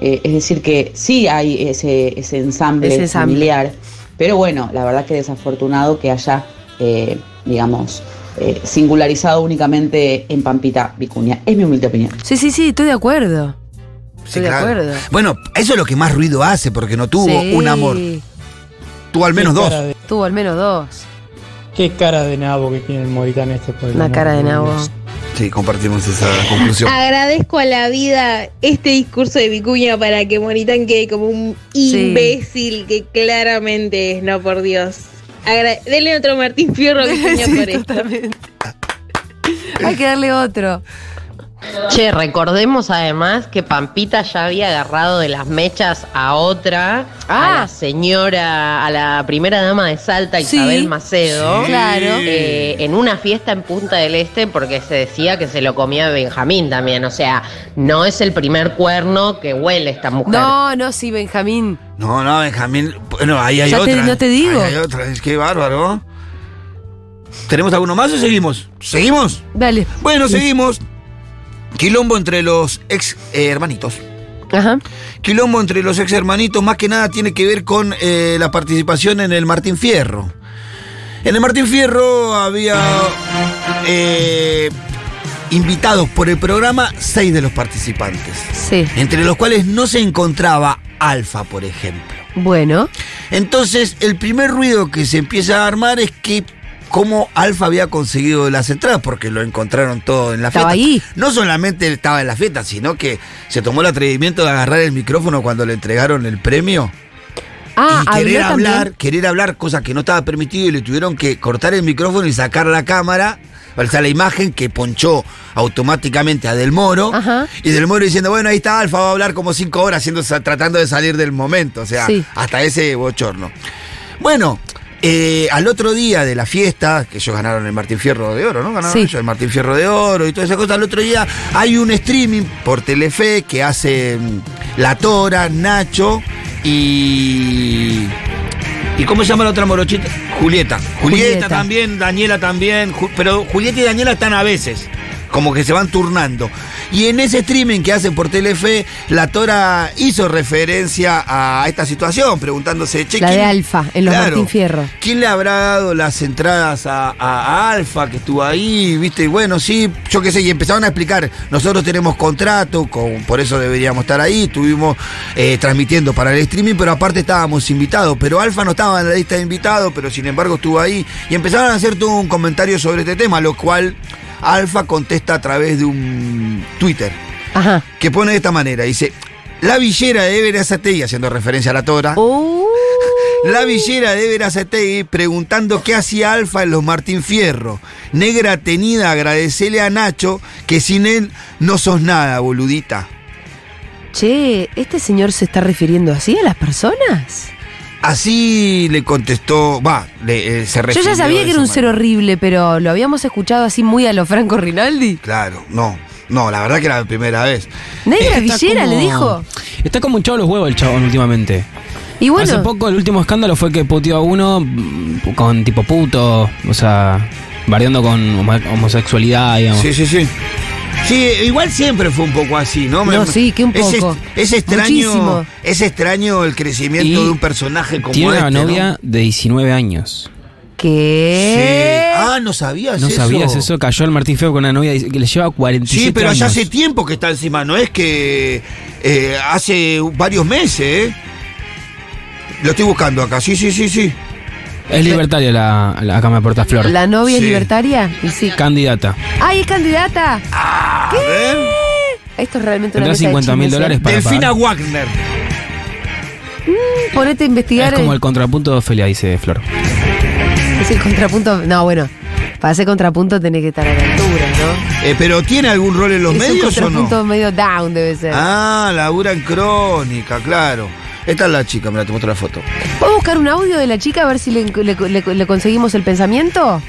[SPEAKER 9] Eh, es decir, que sí hay ese, ese ensamble
[SPEAKER 1] Ese ensamble.
[SPEAKER 9] familiar. Pero bueno, la verdad que desafortunado que haya, eh, digamos, eh, singularizado únicamente en Pampita Vicuña. Es mi humilde opinión.
[SPEAKER 1] Sí, sí, sí, estoy de acuerdo.
[SPEAKER 2] Sí,
[SPEAKER 1] Estoy de
[SPEAKER 2] claro.
[SPEAKER 1] acuerdo.
[SPEAKER 2] Bueno, eso es lo que más ruido hace porque no tuvo
[SPEAKER 1] Sí.
[SPEAKER 2] un amor, tuvo al menos dos.
[SPEAKER 1] Tuvo al menos dos.
[SPEAKER 10] Qué cara de nabo que tiene el Moritán este pueblo.
[SPEAKER 1] Una cara de nabo.
[SPEAKER 2] Sí, compartimos esa conclusión.
[SPEAKER 11] Ah,
[SPEAKER 12] Agradezco a la vida este discurso de Vicuña para que Moritán quede como un
[SPEAKER 1] Sí.
[SPEAKER 12] imbécil que claramente es, no por Dios. Agra- Denle otro Martín Fierro a Vicuña
[SPEAKER 1] Sí,
[SPEAKER 12] por esto.
[SPEAKER 1] totalmente. Hay que darle otro.
[SPEAKER 3] Che, recordemos además que Pampita ya había agarrado de las mechas a otra,
[SPEAKER 1] Ah.
[SPEAKER 3] a la señora, a la primera dama de Salta,
[SPEAKER 1] Sí.
[SPEAKER 3] Isabel Macedo.
[SPEAKER 2] Sí.
[SPEAKER 1] Claro.
[SPEAKER 3] eh, en una fiesta en Punta del Este porque se decía que se lo comía Benjamín también. O sea, no es el primer cuerno que huele esta mujer.
[SPEAKER 1] No, no, sí, Benjamín.
[SPEAKER 2] No, no, Benjamín. Bueno, ahí hay
[SPEAKER 1] Ya te-
[SPEAKER 2] otra.
[SPEAKER 1] no te
[SPEAKER 2] ¿eh?
[SPEAKER 1] digo.
[SPEAKER 2] Ahí hay otra. Es que bárbaro. ¿Tenemos alguno más o seguimos? ¿Seguimos?
[SPEAKER 1] Dale.
[SPEAKER 2] Bueno, seguimos. Quilombo entre los ex eh, hermanitos.
[SPEAKER 1] Ajá.
[SPEAKER 2] Quilombo entre los ex hermanitos más que nada tiene que ver con eh, la participación en el Martín Fierro. En el Martín Fierro había eh, invitados por el programa seis de los participantes,
[SPEAKER 1] Sí.
[SPEAKER 2] entre los cuales no se encontraba Alfa, por ejemplo.
[SPEAKER 1] Bueno.
[SPEAKER 2] Entonces, el primer ruido que se empieza a armar es que cómo Alfa había conseguido las entradas, porque lo encontraron todo en la
[SPEAKER 1] Estaba
[SPEAKER 2] fiesta.
[SPEAKER 1] ahí.
[SPEAKER 2] No solamente él estaba en la fiesta, sino que se tomó el atrevimiento de agarrar el micrófono cuando le entregaron el premio
[SPEAKER 1] Ah,
[SPEAKER 2] y querer
[SPEAKER 1] habló
[SPEAKER 2] hablar,
[SPEAKER 1] también.
[SPEAKER 2] querer hablar, cosa que no estaba permitido y le tuvieron que cortar el micrófono y sacar la cámara. O sea, la imagen que ponchó automáticamente a Del Moro.
[SPEAKER 1] Ajá.
[SPEAKER 2] Y Del Moro diciendo, bueno, ahí está Alfa, va a hablar como cinco horas haciendo, tratando de salir del momento. O sea,
[SPEAKER 1] Sí.
[SPEAKER 2] hasta ese bochorno. Bueno, eh, al otro día de la fiesta, que ellos ganaron el Martín Fierro de Oro, ¿no? Ganaron
[SPEAKER 1] Sí.
[SPEAKER 2] ellos el Martín Fierro de Oro y todas esas cosas. Al otro día hay un streaming por Telefe que hace mm, La Tora, Nacho y. ¿Y cómo se llama la otra morochita? Julieta. Julieta,
[SPEAKER 1] Julieta.
[SPEAKER 2] también, Daniela también. Ju- pero Julieta y Daniela están a veces. como que se van turnando. Y en ese streaming que hacen por Telefe, la Tora hizo referencia a esta situación, preguntándose, che,
[SPEAKER 1] La de
[SPEAKER 2] ¿quién-
[SPEAKER 1] Alfa, en los
[SPEAKER 2] Claro.
[SPEAKER 1] Martín Fierro.
[SPEAKER 2] ¿Quién le habrá dado las entradas a, a- a Alfa que estuvo ahí? ¿Viste? Y bueno, sí, yo qué sé, y empezaron a explicar, nosotros tenemos contrato, con, por eso deberíamos estar ahí, estuvimos eh, transmitiendo para el streaming, pero aparte estábamos invitados, pero Alfa no estaba en la lista de invitados, pero sin embargo estuvo ahí, y empezaron a hacer todo un comentario sobre este tema, lo cual Alfa contesta a través de un Twitter, que pone de esta manera, dice, la villera de Verazategui, haciendo referencia a la Tora.
[SPEAKER 1] Oh.
[SPEAKER 2] La villera de Verazategui preguntando qué hacía Alfa en los Martín Fierro. Negra tenida, agradecele a Nacho que sin él no sos nada, boludita.
[SPEAKER 1] Che, ¿este señor se está refiriendo así a las personas?
[SPEAKER 2] Así le contestó, va, le, eh, se
[SPEAKER 1] Yo
[SPEAKER 2] refirió
[SPEAKER 1] ya
[SPEAKER 2] de
[SPEAKER 1] sabía que
[SPEAKER 2] esa
[SPEAKER 1] era un
[SPEAKER 2] manera.
[SPEAKER 1] ser horrible, pero lo habíamos escuchado así muy a lo Franco Rinaldi.
[SPEAKER 2] Claro, no, no, la verdad que era la primera vez.
[SPEAKER 1] Negra
[SPEAKER 5] Está
[SPEAKER 1] Villera le
[SPEAKER 5] como-
[SPEAKER 1] dijo.
[SPEAKER 5] Está como hinchado los huevos el chabón últimamente.
[SPEAKER 1] Y bueno.
[SPEAKER 5] Hace poco el último escándalo fue que puteó a uno mm, con tipo puto, o sea, variando con homo- homosexualidad, digamos.
[SPEAKER 2] Sí, sí, sí. Sí, igual siempre fue un poco así, ¿no?
[SPEAKER 5] No, sí, que un
[SPEAKER 2] Es
[SPEAKER 5] poco.
[SPEAKER 2] est- Es, extraño,
[SPEAKER 5] Muchísimo.
[SPEAKER 2] es extraño el crecimiento
[SPEAKER 5] Y
[SPEAKER 2] de un personaje como
[SPEAKER 5] Tiene
[SPEAKER 2] este,
[SPEAKER 5] una
[SPEAKER 2] ¿no?
[SPEAKER 5] novia de 19 años.
[SPEAKER 1] ¿Qué?
[SPEAKER 2] Sí. Ah, no sabías
[SPEAKER 5] No
[SPEAKER 2] eso.
[SPEAKER 5] sabías eso, cayó el Martín Feo con una novia que le lleva 47
[SPEAKER 2] Sí, pero
[SPEAKER 5] años.
[SPEAKER 2] ya hace tiempo que está encima, no es que eh, hace varios meses, ¿eh? Lo estoy buscando acá, sí, sí, sí, sí.
[SPEAKER 5] Es libertaria la, la acá me aporta Flor.
[SPEAKER 1] ¿La novia es libertaria? Y sí.
[SPEAKER 5] Candidata.
[SPEAKER 1] ¡Ay, es candidata!
[SPEAKER 2] Ah.
[SPEAKER 1] ¿Qué? Esto es realmente una
[SPEAKER 5] Tendrá
[SPEAKER 1] mesa de
[SPEAKER 5] 50 mil
[SPEAKER 1] chismes, ¿eh?
[SPEAKER 5] dólares para
[SPEAKER 2] Delfina
[SPEAKER 5] pagar.
[SPEAKER 2] Wagner.
[SPEAKER 1] Mm, ponete a
[SPEAKER 5] Es
[SPEAKER 1] investigar.
[SPEAKER 5] como el contrapunto de Ofelia, dice Flor.
[SPEAKER 1] Es el contrapunto. No, bueno. Para hacer contrapunto tenés que estar a la altura, ¿no?
[SPEAKER 2] Eh, pero ¿tiene algún rol en los
[SPEAKER 1] es
[SPEAKER 2] medios
[SPEAKER 1] un
[SPEAKER 2] o no?
[SPEAKER 1] contrapunto medio down debe ser.
[SPEAKER 2] Ah, labura en crónica, claro. Esta es la chica, mira, te muestro la foto.
[SPEAKER 1] ¿Puedo buscar un audio de la chica a ver si le, le- le- le conseguimos el pensamiento?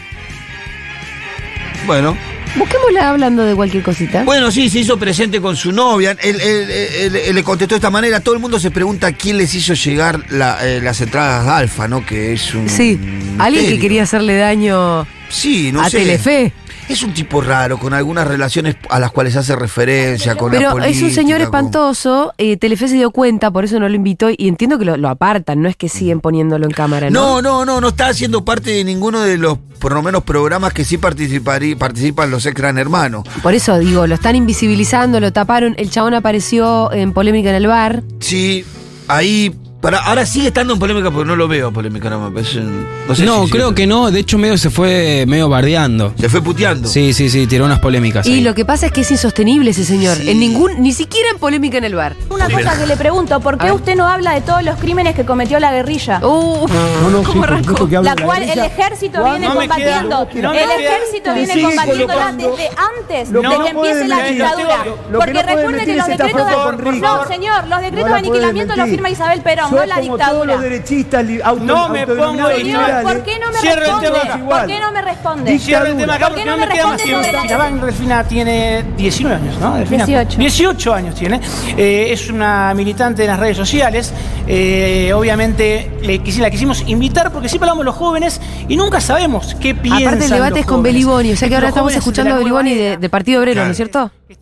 [SPEAKER 2] Bueno.
[SPEAKER 1] Busquémosla hablando de cualquier cosita.
[SPEAKER 2] Bueno, sí, se hizo presente con su novia. Él, él- él- él- él le contestó de esta manera. Todo el mundo se pregunta quién les hizo llegar la- eh, las entradas de Alfa, ¿no? Que es un.
[SPEAKER 1] Sí, alguien que
[SPEAKER 2] misterio.
[SPEAKER 1] quería hacerle daño
[SPEAKER 2] Sí, no
[SPEAKER 1] a
[SPEAKER 2] sé.
[SPEAKER 1] Telefe.
[SPEAKER 2] Es un tipo raro, con algunas relaciones a las cuales hace referencia, con la
[SPEAKER 1] Pero es
[SPEAKER 2] política,
[SPEAKER 1] un señor
[SPEAKER 2] con-
[SPEAKER 1] espantoso, eh, Telefe se dio cuenta, por eso no lo invitó y entiendo que lo, lo apartan, no es que siguen poniéndolo en cámara, ¿no?
[SPEAKER 2] No, no, no, no está haciendo parte de ninguno de los, por lo menos, programas que sí participarí- participan los ex gran hermanos.
[SPEAKER 1] Por eso digo, lo están invisibilizando, lo taparon, el chabón apareció en polémica en el bar.
[SPEAKER 2] Sí, ahí. Para, ahora sigue estando en polémica porque no lo veo polémica, no me parece. No,
[SPEAKER 5] No,
[SPEAKER 2] sé si- si-
[SPEAKER 5] creo que no. De hecho, medio se fue medio bardeando.
[SPEAKER 2] Se fue puteando.
[SPEAKER 5] Sí, sí, sí, tiró unas
[SPEAKER 2] Ah,
[SPEAKER 5] polémicas.
[SPEAKER 1] Y
[SPEAKER 5] ahí.
[SPEAKER 1] lo que pasa es que es insostenible ese señor, en ningún, ni siquiera en polémica en el bar.
[SPEAKER 11] Una cosa que le pregunto, ¿por
[SPEAKER 3] Ah.
[SPEAKER 11] qué usted no habla de todos los crímenes que cometió la guerrilla?
[SPEAKER 3] Oh,
[SPEAKER 13] No, no, sí, por supuesto que hablo
[SPEAKER 11] la
[SPEAKER 13] de la
[SPEAKER 11] cual el
[SPEAKER 13] guerrilla.
[SPEAKER 11] ejército
[SPEAKER 13] No
[SPEAKER 11] viene
[SPEAKER 13] me queda,
[SPEAKER 11] combatiendo.
[SPEAKER 13] no me queda.
[SPEAKER 11] el ejército
[SPEAKER 13] Me
[SPEAKER 11] viene
[SPEAKER 13] sigue
[SPEAKER 11] combatiéndola
[SPEAKER 13] colocando.
[SPEAKER 11] desde antes
[SPEAKER 13] Lo
[SPEAKER 11] de
[SPEAKER 13] que
[SPEAKER 11] que
[SPEAKER 13] no puede
[SPEAKER 11] empiece la
[SPEAKER 13] mentir,
[SPEAKER 11] dictadura.
[SPEAKER 13] lo que no
[SPEAKER 11] Porque
[SPEAKER 13] puede
[SPEAKER 11] refuerde
[SPEAKER 13] mentir
[SPEAKER 11] que
[SPEAKER 13] es
[SPEAKER 11] los
[SPEAKER 13] esta
[SPEAKER 11] decretos
[SPEAKER 13] foto,
[SPEAKER 11] de-
[SPEAKER 13] por
[SPEAKER 11] No,
[SPEAKER 13] favor.
[SPEAKER 11] señor, los decretos
[SPEAKER 13] No la
[SPEAKER 11] de
[SPEAKER 13] puede
[SPEAKER 11] aniquilamiento los
[SPEAKER 13] mentir.
[SPEAKER 11] firma Isabel
[SPEAKER 13] Sos
[SPEAKER 11] Perón, no la
[SPEAKER 13] como todos
[SPEAKER 11] dictadura.
[SPEAKER 13] los derechistas li- auto-
[SPEAKER 11] No me
[SPEAKER 13] autodenominados
[SPEAKER 11] pongo de
[SPEAKER 13] liberales.
[SPEAKER 11] ¿Por qué no me
[SPEAKER 13] Cierro el
[SPEAKER 11] responde?
[SPEAKER 13] tema acá.
[SPEAKER 11] ¿Por qué no me responde?
[SPEAKER 13] Cierro el tema acá
[SPEAKER 11] ¿Por qué no me responde sobre la
[SPEAKER 13] Delfina Wagner, Delfina tiene 19 años, ¿no? Delfina.
[SPEAKER 11] 18.
[SPEAKER 13] 18 años tiene. Eh, es una militante en las redes sociales. Eh, obviamente le quisi- la quisimos invitar porque siempre hablamos de los jóvenes y nunca sabemos qué piensan
[SPEAKER 1] Aparte el debate
[SPEAKER 13] los
[SPEAKER 1] es con
[SPEAKER 13] jóvenes.
[SPEAKER 1] Beliboni, o sea que
[SPEAKER 13] Los
[SPEAKER 1] ahora estamos
[SPEAKER 13] jóvenes de
[SPEAKER 1] escuchando
[SPEAKER 13] la
[SPEAKER 1] a Beliboni de, de Partido Obrero,
[SPEAKER 13] Claro.
[SPEAKER 1] ¿no es cierto?
[SPEAKER 11] Le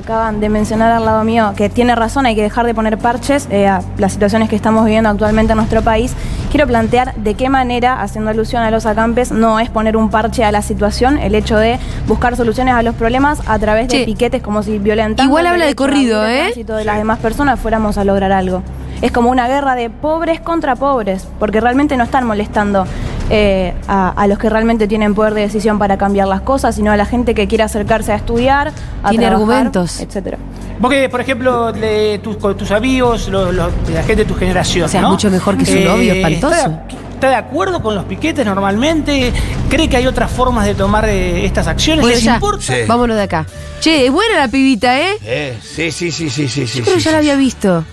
[SPEAKER 11] Acaban de mencionar al lado mío que tiene razón, hay que dejar de poner parches eh, a las situaciones que estamos viviendo actualmente en nuestro país. Quiero plantear de qué manera, haciendo alusión a los acampes, no es poner un parche a la situación, el hecho de buscar soluciones a los problemas a través de piquetes como si violentando
[SPEAKER 1] Igual
[SPEAKER 11] el
[SPEAKER 1] habla de
[SPEAKER 11] derecho a
[SPEAKER 1] corrido,
[SPEAKER 11] vivir el
[SPEAKER 1] ¿eh?
[SPEAKER 11] tránsito de las demás personas fuéramos a lograr algo. Es como una guerra de pobres contra pobres, porque realmente no están molestando eh, a, a los que realmente tienen poder de decisión para cambiar las cosas, sino a la gente que quiere acercarse a estudiar, a
[SPEAKER 1] Tiene
[SPEAKER 11] trabajar,
[SPEAKER 1] argumentos.
[SPEAKER 11] etcétera.
[SPEAKER 13] Vos que, por ejemplo, le- tus, con tus amigos, lo- lo- la gente de tu generación.
[SPEAKER 1] O sea,
[SPEAKER 13] ¿no?
[SPEAKER 1] mucho mejor que su novio, espantoso.
[SPEAKER 13] ¿está de- ¿Está de acuerdo con los piquetes normalmente? ¿Cree que hay otras formas de tomar eh, estas acciones?
[SPEAKER 1] Bueno,
[SPEAKER 13] ¿Les
[SPEAKER 1] Pues ya,
[SPEAKER 13] importa?
[SPEAKER 1] vámonos de acá. Che, es buena la pibita, ¿eh?
[SPEAKER 2] Eh, sí, sí, sí, sí, sí. sí,
[SPEAKER 1] Creo que
[SPEAKER 2] sí,
[SPEAKER 1] ya la
[SPEAKER 2] sí.
[SPEAKER 1] había visto.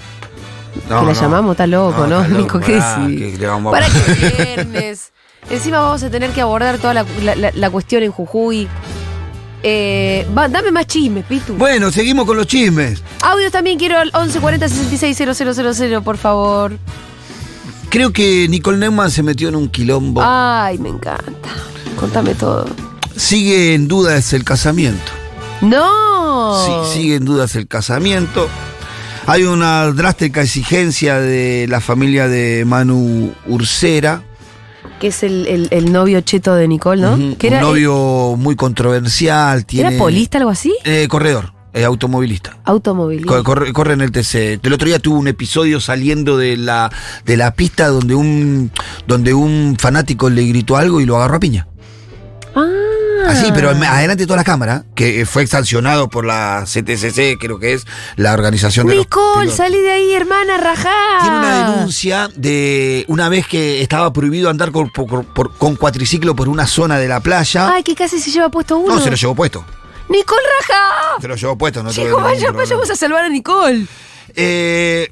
[SPEAKER 2] No,
[SPEAKER 1] que la
[SPEAKER 2] no.
[SPEAKER 1] llamamos, está loco, ¿no?
[SPEAKER 2] está loco,
[SPEAKER 1] Nico, ¿qué
[SPEAKER 2] pará,
[SPEAKER 1] decís?
[SPEAKER 2] que le vamos a-
[SPEAKER 1] Para que viernes. Encima vamos a tener que abordar toda la, la- la- la cuestión en Jujuy. Eh, va, dame más chisme, Pitu.
[SPEAKER 2] Bueno, seguimos con los chismes.
[SPEAKER 1] Audios también quiero al 1140 000, por favor.
[SPEAKER 2] Creo que Nicole Neumann se metió en un quilombo.
[SPEAKER 1] Ah. Ay, me encanta. Contame todo.
[SPEAKER 2] Sigue en duda es el casamiento.
[SPEAKER 1] No. Oh.
[SPEAKER 2] Sí, sigue en dudas el casamiento. Hay una drástica exigencia de la familia de Manu Ursera.
[SPEAKER 1] Que es el, el- el novio cheto de Nicole, ¿no?
[SPEAKER 2] Ujú,
[SPEAKER 1] que eh,
[SPEAKER 2] un novio muy controversial.
[SPEAKER 1] ¿Era
[SPEAKER 2] Tiene,
[SPEAKER 1] polista algo así?
[SPEAKER 2] Eh, corredor, eh, automovilista.
[SPEAKER 1] Automovilista.
[SPEAKER 2] Co- Corre, corre en el TC. El otro día tuvo un episodio saliendo de la, de la pista donde un, donde un fanático le gritó algo y lo agarró a piña.
[SPEAKER 1] Ah.
[SPEAKER 2] Así, pero am- adelante de toda la cámara, que eh, fue sancionado por la CTCC, creo que es la organización de los
[SPEAKER 1] Nicole,
[SPEAKER 2] pilotos.
[SPEAKER 1] salí de ahí, hermana, rajá.
[SPEAKER 2] Tiene una denuncia de una vez que estaba prohibido andar con, por- por- con cuatriciclo por una zona de la playa.
[SPEAKER 1] Ay, que casi se lleva puesto uno.
[SPEAKER 2] no, se lo llevó puesto.
[SPEAKER 1] Nicole, rajá.
[SPEAKER 2] Se lo llevó puesto, no tuve
[SPEAKER 1] Chicos,
[SPEAKER 2] ningún
[SPEAKER 1] vaya,
[SPEAKER 2] problema.
[SPEAKER 1] vayamos pues, a salvar a Nicole.
[SPEAKER 2] Eh,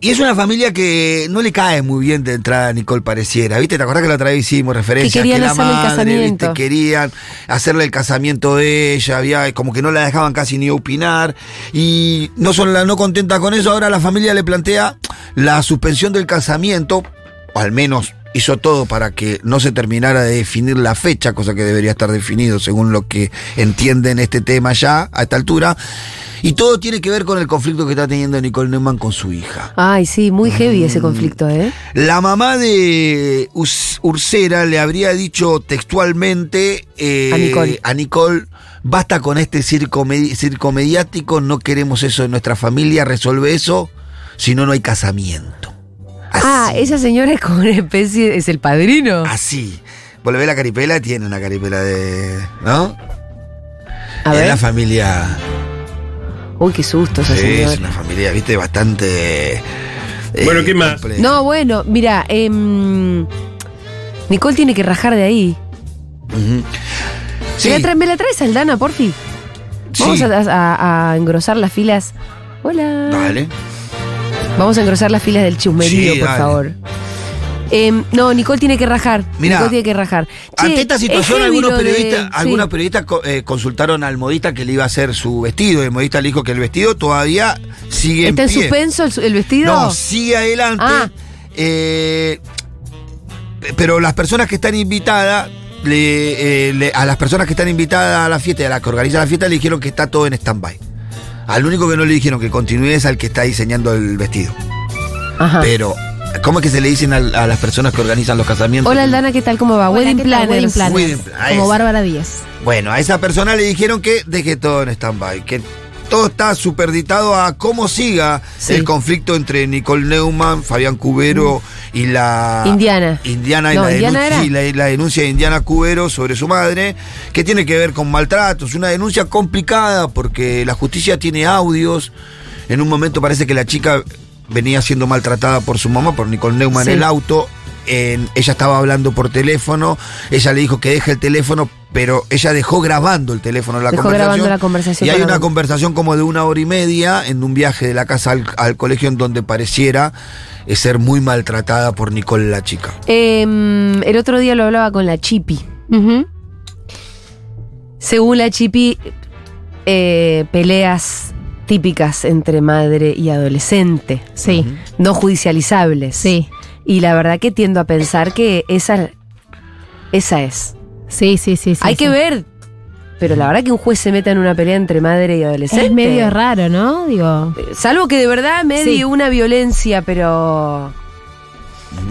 [SPEAKER 2] y es una familia que no le cae muy bien de entrada a Nicole pareciera, ¿viste? ¿Te acordás que la otra vez hicimos referencia?
[SPEAKER 1] Que querían
[SPEAKER 2] la
[SPEAKER 1] hacerle el
[SPEAKER 2] madre,
[SPEAKER 1] casamiento.
[SPEAKER 2] ¿viste? Querían hacerle el casamiento de ella, había como que no la dejaban casi ni opinar. Y no solo la no contenta con eso, ahora la familia le plantea la suspensión del casamiento, o al menos hizo todo para que no se terminara de definir la fecha, cosa que debería estar definido según lo que entienden este tema ya a esta altura. Y todo tiene que ver con el conflicto que está teniendo Nicole Neumann con su hija.
[SPEAKER 1] Ay, sí, muy heavy
[SPEAKER 2] Mm.
[SPEAKER 1] ese conflicto, ¿eh?
[SPEAKER 2] La mamá de Us- Ursera le habría dicho textualmente eh,
[SPEAKER 1] A Nicole.
[SPEAKER 2] a Nicole, basta con este circo, medi- circo mediático, no queremos eso en nuestra familia, resuelve eso, si no, no hay casamiento.
[SPEAKER 1] Ah, esa señora es como una especie, es el padrino.
[SPEAKER 2] Así. Volvé la caripela, tiene una caripela de... ¿No?
[SPEAKER 1] A
[SPEAKER 2] es
[SPEAKER 1] ver.
[SPEAKER 2] la familia...
[SPEAKER 1] Uy, qué susto esa
[SPEAKER 2] Sí,
[SPEAKER 1] señora.
[SPEAKER 2] es una familia, viste, bastante... eh,
[SPEAKER 14] Bueno, ¿qué más?
[SPEAKER 1] No, bueno, mira, em, Nicole tiene que rajar de ahí.
[SPEAKER 2] Sí.
[SPEAKER 1] ¿Me, la tra- me la traes, Aldana, por fin? Vamos
[SPEAKER 2] Sí.
[SPEAKER 1] a, a- a engrosar las filas. Hola.
[SPEAKER 2] Dale.
[SPEAKER 1] Vamos a engrosar las filas del chusmerío,
[SPEAKER 2] Sí,
[SPEAKER 1] por
[SPEAKER 2] dale.
[SPEAKER 1] favor. Em, no, Nicole tiene que rajar.
[SPEAKER 2] Mirá,
[SPEAKER 1] Nicole tiene que rajar. Che,
[SPEAKER 2] Ante esta
[SPEAKER 1] es
[SPEAKER 2] situación,
[SPEAKER 1] heavy
[SPEAKER 2] algunos
[SPEAKER 1] lo de-
[SPEAKER 2] periodistas,
[SPEAKER 1] sí.
[SPEAKER 2] algunos periodistas co- eh, consultaron al modista que le iba a hacer su vestido. El modista le dijo que el vestido todavía sigue
[SPEAKER 1] ¿Está en
[SPEAKER 2] pie.
[SPEAKER 1] suspenso el, su- el vestido?
[SPEAKER 2] No, sigue adelante.
[SPEAKER 1] Ah.
[SPEAKER 2] Eh, pero las personas que están invitadas, le- eh, le- a las personas que están invitadas a la fiesta y a las que organizan la fiesta, le dijeron que está todo en stand-by. Al único que no le dijeron que continúe es al que está diseñando el vestido.
[SPEAKER 1] Ajá.
[SPEAKER 2] Pero, ¿cómo es que se le dicen al- a, las personas que organizan los casamientos?
[SPEAKER 1] Hola, Aldana, ¿qué tal? ¿Cómo va? Wedding Planners.
[SPEAKER 2] Wedding planners.
[SPEAKER 15] Como
[SPEAKER 2] Ahí
[SPEAKER 15] Bárbara Díaz.
[SPEAKER 2] Bueno, a esa persona le dijeron que deje todo en stand-by, que todo está superditado a cómo siga el conflicto entre Nicole Neumann, Fabián Cubero y la...
[SPEAKER 1] Indiana.
[SPEAKER 2] Indiana Ah, y,
[SPEAKER 1] No,
[SPEAKER 2] la,
[SPEAKER 1] Indiana
[SPEAKER 2] denun-
[SPEAKER 1] era.
[SPEAKER 2] sí, la- la denuncia de Indiana Cubero sobre su madre, que tiene que ver con maltratos, una denuncia complicada porque la justicia tiene audios. En un momento parece que la chica venía siendo maltratada por su mamá, por Nicole Neumann
[SPEAKER 1] Sí.
[SPEAKER 2] en el auto. En- ella estaba hablando por teléfono, ella le dijo que deje el teléfono, pero ella dejó grabando el teléfono la
[SPEAKER 1] Dejó
[SPEAKER 2] conversación.
[SPEAKER 1] grabando la conversación
[SPEAKER 2] Y hay
[SPEAKER 1] para
[SPEAKER 2] una
[SPEAKER 1] ver.
[SPEAKER 2] conversación como de una hora y media en un viaje de la casa al, al colegio en donde pareciera eh, ser muy maltratada por Nicole la chica.
[SPEAKER 1] Em, el otro día lo hablaba con la Chipi. Según la Chipi, eh, peleas típicas entre madre y adolescente.
[SPEAKER 15] Sí.
[SPEAKER 1] No judicializables.
[SPEAKER 15] Sí.
[SPEAKER 1] Y la verdad que tiendo a pensar que esa, esa es.
[SPEAKER 15] Sí, sí, sí. sí
[SPEAKER 1] Hay que
[SPEAKER 15] sí.
[SPEAKER 1] ver. Pero la verdad que un juez se meta en una pelea entre madre y adolescente. eh,
[SPEAKER 15] Es medio raro, ¿no? Digo.
[SPEAKER 1] Salvo que de verdad me
[SPEAKER 15] Sí.
[SPEAKER 1] di una violencia, pero.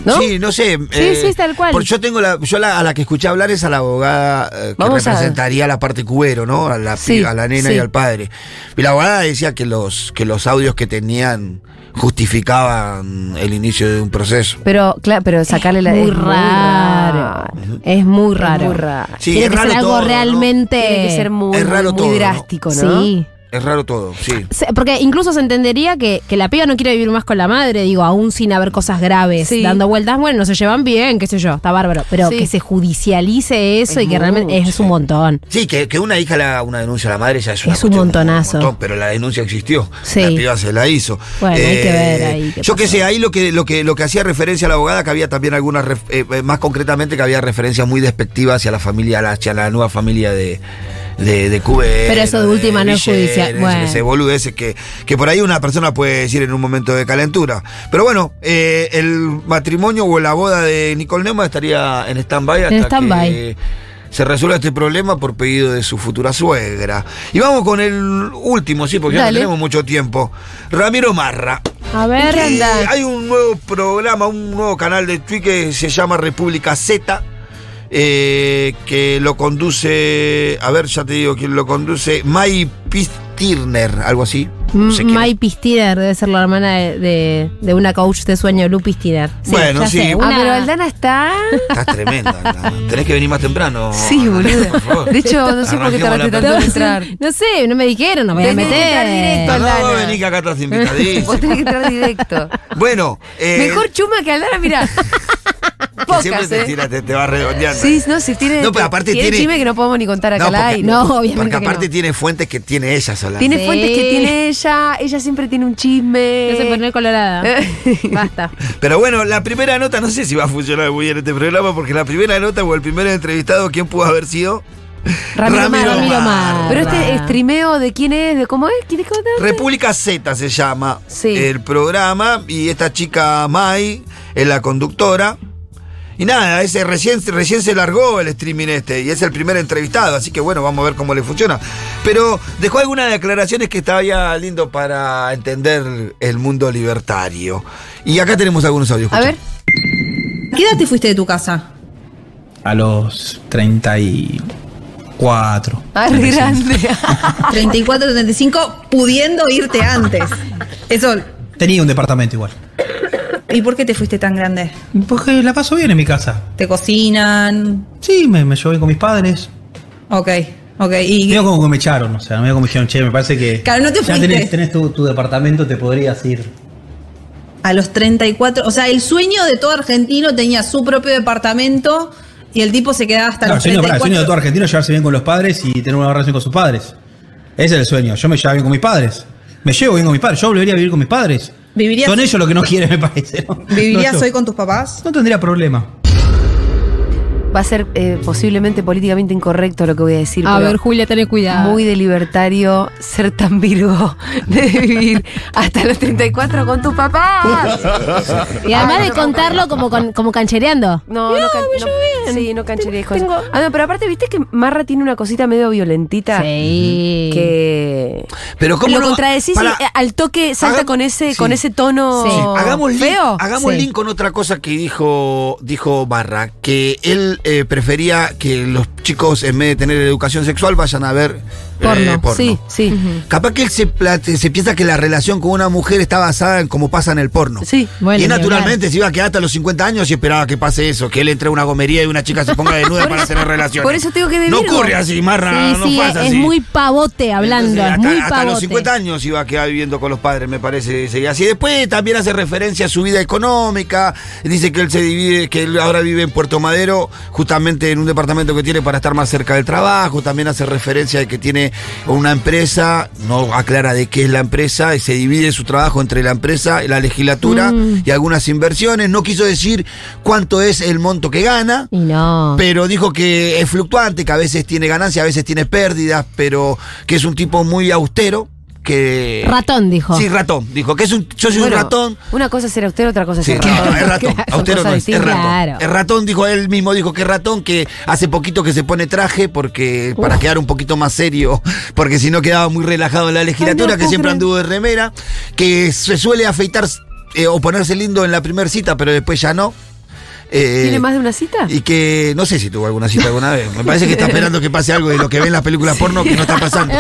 [SPEAKER 1] ¿No?
[SPEAKER 2] Sí, no sé. Sí,
[SPEAKER 1] sí, tal cual.
[SPEAKER 2] yo tengo la, yo la- a la que escuché hablar es a la abogada eh, que
[SPEAKER 1] Vamos a-
[SPEAKER 2] representaría a la parte cubero, ¿no? A la, pi-
[SPEAKER 1] Sí,
[SPEAKER 2] a la nena
[SPEAKER 1] sí.
[SPEAKER 2] y al padre. Y la abogada decía que los, que los audios que tenían justificaban el inicio de un proceso.
[SPEAKER 1] Pero, claro, pero sacarle la.
[SPEAKER 15] muy
[SPEAKER 1] es muy
[SPEAKER 15] raro. Es muy raro.
[SPEAKER 1] muy raro.
[SPEAKER 2] Sí,
[SPEAKER 15] Tiene
[SPEAKER 2] es
[SPEAKER 15] que
[SPEAKER 2] raro
[SPEAKER 15] ser algo
[SPEAKER 2] todo, ¿no?
[SPEAKER 15] realmente.
[SPEAKER 1] Tiene que ser muy,
[SPEAKER 2] Es raro
[SPEAKER 1] muy
[SPEAKER 2] todo, ¿no?
[SPEAKER 1] drástico, ¿no?
[SPEAKER 15] Sí.
[SPEAKER 2] Es raro todo, sí.
[SPEAKER 15] Se- Porque incluso se entendería que, que la piba no quiere vivir más con la madre, digo, aún sin haber cosas graves,
[SPEAKER 1] Sí.
[SPEAKER 15] dando vueltas, bueno, no se llevan bien, qué sé yo, está bárbaro. Pero
[SPEAKER 1] Sí.
[SPEAKER 15] que se judicialice eso
[SPEAKER 1] Es
[SPEAKER 15] y que realmente es, un montón.
[SPEAKER 2] Sí, que, que una hija la, una denuncia a la madre ya es una
[SPEAKER 15] Es un
[SPEAKER 2] cuestión,
[SPEAKER 15] montonazo.
[SPEAKER 2] montón, pero la denuncia existió.
[SPEAKER 15] Sí.
[SPEAKER 2] La piba se la hizo. Eh,
[SPEAKER 15] Bueno, hay que ver ahí qué
[SPEAKER 2] yo qué sé, ahí lo que, lo que, lo que hacía referencia a la abogada, que había también algunas, ref- eh, eh, más concretamente, que había referencias muy despectivas hacia la familia, hacia la nueva familia de. De, de Cubero,
[SPEAKER 15] Pero eso de última no es
[SPEAKER 2] Villera,
[SPEAKER 15] judicial,
[SPEAKER 2] ese-
[SPEAKER 15] bueno.
[SPEAKER 2] Ese boludeces que, que por ahí una persona puede decir en un momento de calentura. Pero bueno, eh, el matrimonio o la boda de Nicole Neumann estaría en stand-by hasta
[SPEAKER 15] stand-by.
[SPEAKER 2] que se resuelva este problema por pedido de su futura suegra. Y vamos con el último, sí, porque ya no
[SPEAKER 15] Dale.
[SPEAKER 2] tenemos mucho tiempo. Ramiro Marra.
[SPEAKER 15] A ver,
[SPEAKER 2] Eh, hay un nuevo programa, un nuevo canal de Twitch que se llama República Z, eh, que lo conduce, a ver, ya te digo quién lo conduce, May Pistirner, algo así.
[SPEAKER 1] Mm,
[SPEAKER 2] No sé quién es.
[SPEAKER 15] May Pistiner Mm, debe ser la hermana de, de- de una coach de sueño, Lu Pistiner.
[SPEAKER 2] Bueno, sí. Ah,
[SPEAKER 1] Ah, pero Aldana está.
[SPEAKER 2] Estás tremenda, Aldana. tenés que venir más temprano.
[SPEAKER 1] Sí, boludo. De hecho, no sé por qué tardaste
[SPEAKER 2] Arranquemos la
[SPEAKER 1] tanto en
[SPEAKER 2] pelota.
[SPEAKER 1] entrar.
[SPEAKER 15] No sé, no me dijeron, no me voy a
[SPEAKER 1] Tenés que entrar
[SPEAKER 15] meter.
[SPEAKER 1] directo,
[SPEAKER 2] No,
[SPEAKER 1] Aldana.
[SPEAKER 2] no, vení que acá estás invitadísimo.
[SPEAKER 1] Vos tenés que entrar directo.
[SPEAKER 2] Bueno, eh,
[SPEAKER 1] Mejor chuma que Aldana, mirá.
[SPEAKER 2] que siempre
[SPEAKER 1] Pocas,
[SPEAKER 2] te,
[SPEAKER 1] ¿eh?
[SPEAKER 2] tira- te, te va redondeando.
[SPEAKER 1] Sí, no, si tiene.
[SPEAKER 2] No, pero aparte
[SPEAKER 1] tiene.
[SPEAKER 2] tiene-
[SPEAKER 1] chisme que no podemos ni contar acá
[SPEAKER 2] No,
[SPEAKER 1] al
[SPEAKER 2] porque-
[SPEAKER 1] aire. No, obviamente.
[SPEAKER 2] Porque
[SPEAKER 1] que no.
[SPEAKER 2] aparte tiene fuentes que tiene ella sola.
[SPEAKER 1] Tiene
[SPEAKER 15] Sí.
[SPEAKER 1] fuentes que tiene ella, ella siempre tiene un chisme.
[SPEAKER 15] No se pone colorada. Basta.
[SPEAKER 2] Pero bueno, la primera nota, no sé si va a funcionar muy bien este programa, porque la primera nota o el primer entrevistado, ¿quién pudo haber sido?
[SPEAKER 1] Ramiro,
[SPEAKER 2] Ramiro
[SPEAKER 1] Mar.
[SPEAKER 2] Ramiro Mar.
[SPEAKER 1] Pero este streameo de quién es, de cómo es, ¿quién es? ¿Cómo te-
[SPEAKER 2] República Z se llama
[SPEAKER 1] Sí.
[SPEAKER 2] el programa, y esta chica Mai es la conductora. Y nada, ese recién, recién se largó el streaming este y es el primer entrevistado, así que bueno, vamos a ver cómo le funciona. Pero dejó algunas declaraciones que estaría lindo para entender el mundo libertario. Y acá tenemos algunos audios.
[SPEAKER 14] A ver. ¿Qué edad te fuiste de tu casa?
[SPEAKER 16] A los 34.
[SPEAKER 14] Ah,
[SPEAKER 16] re
[SPEAKER 14] grande. 34, 35, pudiendo irte antes. Eso.
[SPEAKER 16] Tenía un departamento igual.
[SPEAKER 14] ¿Y por qué te fuiste tan grande?
[SPEAKER 16] Porque la paso bien en mi casa.
[SPEAKER 14] ¿Te cocinan?
[SPEAKER 16] Sí, me, me llevo bien con mis padres.
[SPEAKER 14] Ok, ok. Y
[SPEAKER 16] Medio como que me echaron, o sea, medio como me dijeron, che, me parece que.
[SPEAKER 14] Claro, no te
[SPEAKER 16] ya
[SPEAKER 14] fuiste.
[SPEAKER 16] tenés, tenés tu, tu departamento, te podrías ir.
[SPEAKER 14] a los 34, o sea, el sueño de todo argentino tenía su propio departamento y el tipo se quedaba hasta
[SPEAKER 16] Claro, el
[SPEAKER 14] los
[SPEAKER 16] sueño, pará, el
[SPEAKER 14] 34.
[SPEAKER 16] sueño de todo argentino es llevarse bien con los padres y tener una buena relación con sus padres. Ese es el sueño. Yo me llevo bien con mis padres. Me llevo bien con mis padres. Yo volvería a vivir con mis padres.
[SPEAKER 14] ¿Vivirías,
[SPEAKER 16] Son ellos los que no quieren, me parece. ¿no?
[SPEAKER 14] ¿vivirías
[SPEAKER 16] No, yo-
[SPEAKER 14] hoy con tus papás?
[SPEAKER 16] No tendría problema.
[SPEAKER 1] Va a ser eh, posiblemente políticamente incorrecto lo que voy a decir.
[SPEAKER 15] A
[SPEAKER 1] pero
[SPEAKER 15] ver, Julia, tené cuidado.
[SPEAKER 1] Muy de libertario ser tan virgo de vivir hasta los 34 con tu papá.
[SPEAKER 15] Y
[SPEAKER 14] Ah,
[SPEAKER 15] además de contarlo como, con- como canchereando.
[SPEAKER 1] No, no, can- no- Sí, no canchería de cosas. Ah, no, pero aparte, ¿viste que Marra tiene una cosita medio violentita?
[SPEAKER 15] Sí.
[SPEAKER 1] Que.
[SPEAKER 2] Pero ¿cómo
[SPEAKER 1] Lo
[SPEAKER 2] no-
[SPEAKER 1] contradecís
[SPEAKER 2] Pará.
[SPEAKER 1] y, eh, al toque, salta
[SPEAKER 2] Haga-
[SPEAKER 1] con ese,
[SPEAKER 2] Sí.
[SPEAKER 1] con ese tono.
[SPEAKER 2] Sí,
[SPEAKER 15] Oh,
[SPEAKER 2] Hagamos, link,
[SPEAKER 1] feo.
[SPEAKER 2] hagamos
[SPEAKER 1] Sí.
[SPEAKER 2] link con otra cosa que dijo, dijo Barra, que él eh, prefería que los chicos, en vez de tener educación sexual, vayan a ver
[SPEAKER 1] Porno,
[SPEAKER 2] eh,
[SPEAKER 1] sí, sí.
[SPEAKER 2] Capaz que él se, plate- se piensa que la relación con una mujer está basada en cómo pasa en el porno.
[SPEAKER 1] Sí,
[SPEAKER 2] y naturalmente se iba a quedar hasta los 50 años y esperaba que pase eso, que él entre a una gomería y una chica se ponga desnuda para tener relaciones.
[SPEAKER 15] por eso tengo que de
[SPEAKER 2] No
[SPEAKER 15] Virgo.
[SPEAKER 2] ocurre así, Marra,
[SPEAKER 15] Sí,
[SPEAKER 2] no
[SPEAKER 15] sí,
[SPEAKER 2] pasa
[SPEAKER 15] es
[SPEAKER 2] así.
[SPEAKER 15] muy pavote hablando,
[SPEAKER 2] Entonces,
[SPEAKER 15] es
[SPEAKER 2] hasta,
[SPEAKER 15] muy
[SPEAKER 2] hasta
[SPEAKER 15] pavote.
[SPEAKER 2] los 50 años iba a quedar viviendo con los padres, me parece. dice. Y así después también hace referencia a su vida económica. Dice que él se divide, que él ahora vive en Puerto Madero, justamente en un departamento que tiene para estar más cerca del trabajo. También hace referencia de que tiene una empresa, no aclara de qué es la empresa, y se divide su trabajo entre la empresa, y la legislatura
[SPEAKER 15] Mm.
[SPEAKER 2] y algunas inversiones. No quiso decir cuánto es el monto que gana.
[SPEAKER 15] Y no.
[SPEAKER 2] Pero dijo que es fluctuante, que a veces tiene ganancias, a veces tiene pérdidas, pero que es un tipo muy austero, que...
[SPEAKER 15] Ratón, dijo.
[SPEAKER 2] Sí, ratón. Dijo que es un, yo soy
[SPEAKER 1] Bueno,
[SPEAKER 2] un ratón.
[SPEAKER 1] Una cosa es ser austero, otra cosa es
[SPEAKER 2] Sí,
[SPEAKER 1] ser
[SPEAKER 2] no,
[SPEAKER 1] ratón.
[SPEAKER 2] no, es ratón.
[SPEAKER 1] Son
[SPEAKER 2] austero
[SPEAKER 1] cosas
[SPEAKER 2] no es, es
[SPEAKER 1] distintas.
[SPEAKER 2] ratón. Es ratón, dijo él mismo, dijo que es ratón, que hace poquito que se pone traje porque para quedar un poquito más serio, porque si no quedaba muy relajado en la legislatura,
[SPEAKER 17] Ay, no,
[SPEAKER 2] que
[SPEAKER 17] puedo
[SPEAKER 2] siempre
[SPEAKER 17] creer.
[SPEAKER 2] anduvo de remera, que se suele afeitar eh, o ponerse lindo en la primera cita, pero después ya no. Eh,
[SPEAKER 1] ¿Tiene más de una cita?
[SPEAKER 2] y que no sé si tuvo alguna cita alguna vez. Me parece que está esperando que pase algo de lo que ve en las películas porno que no está pasando.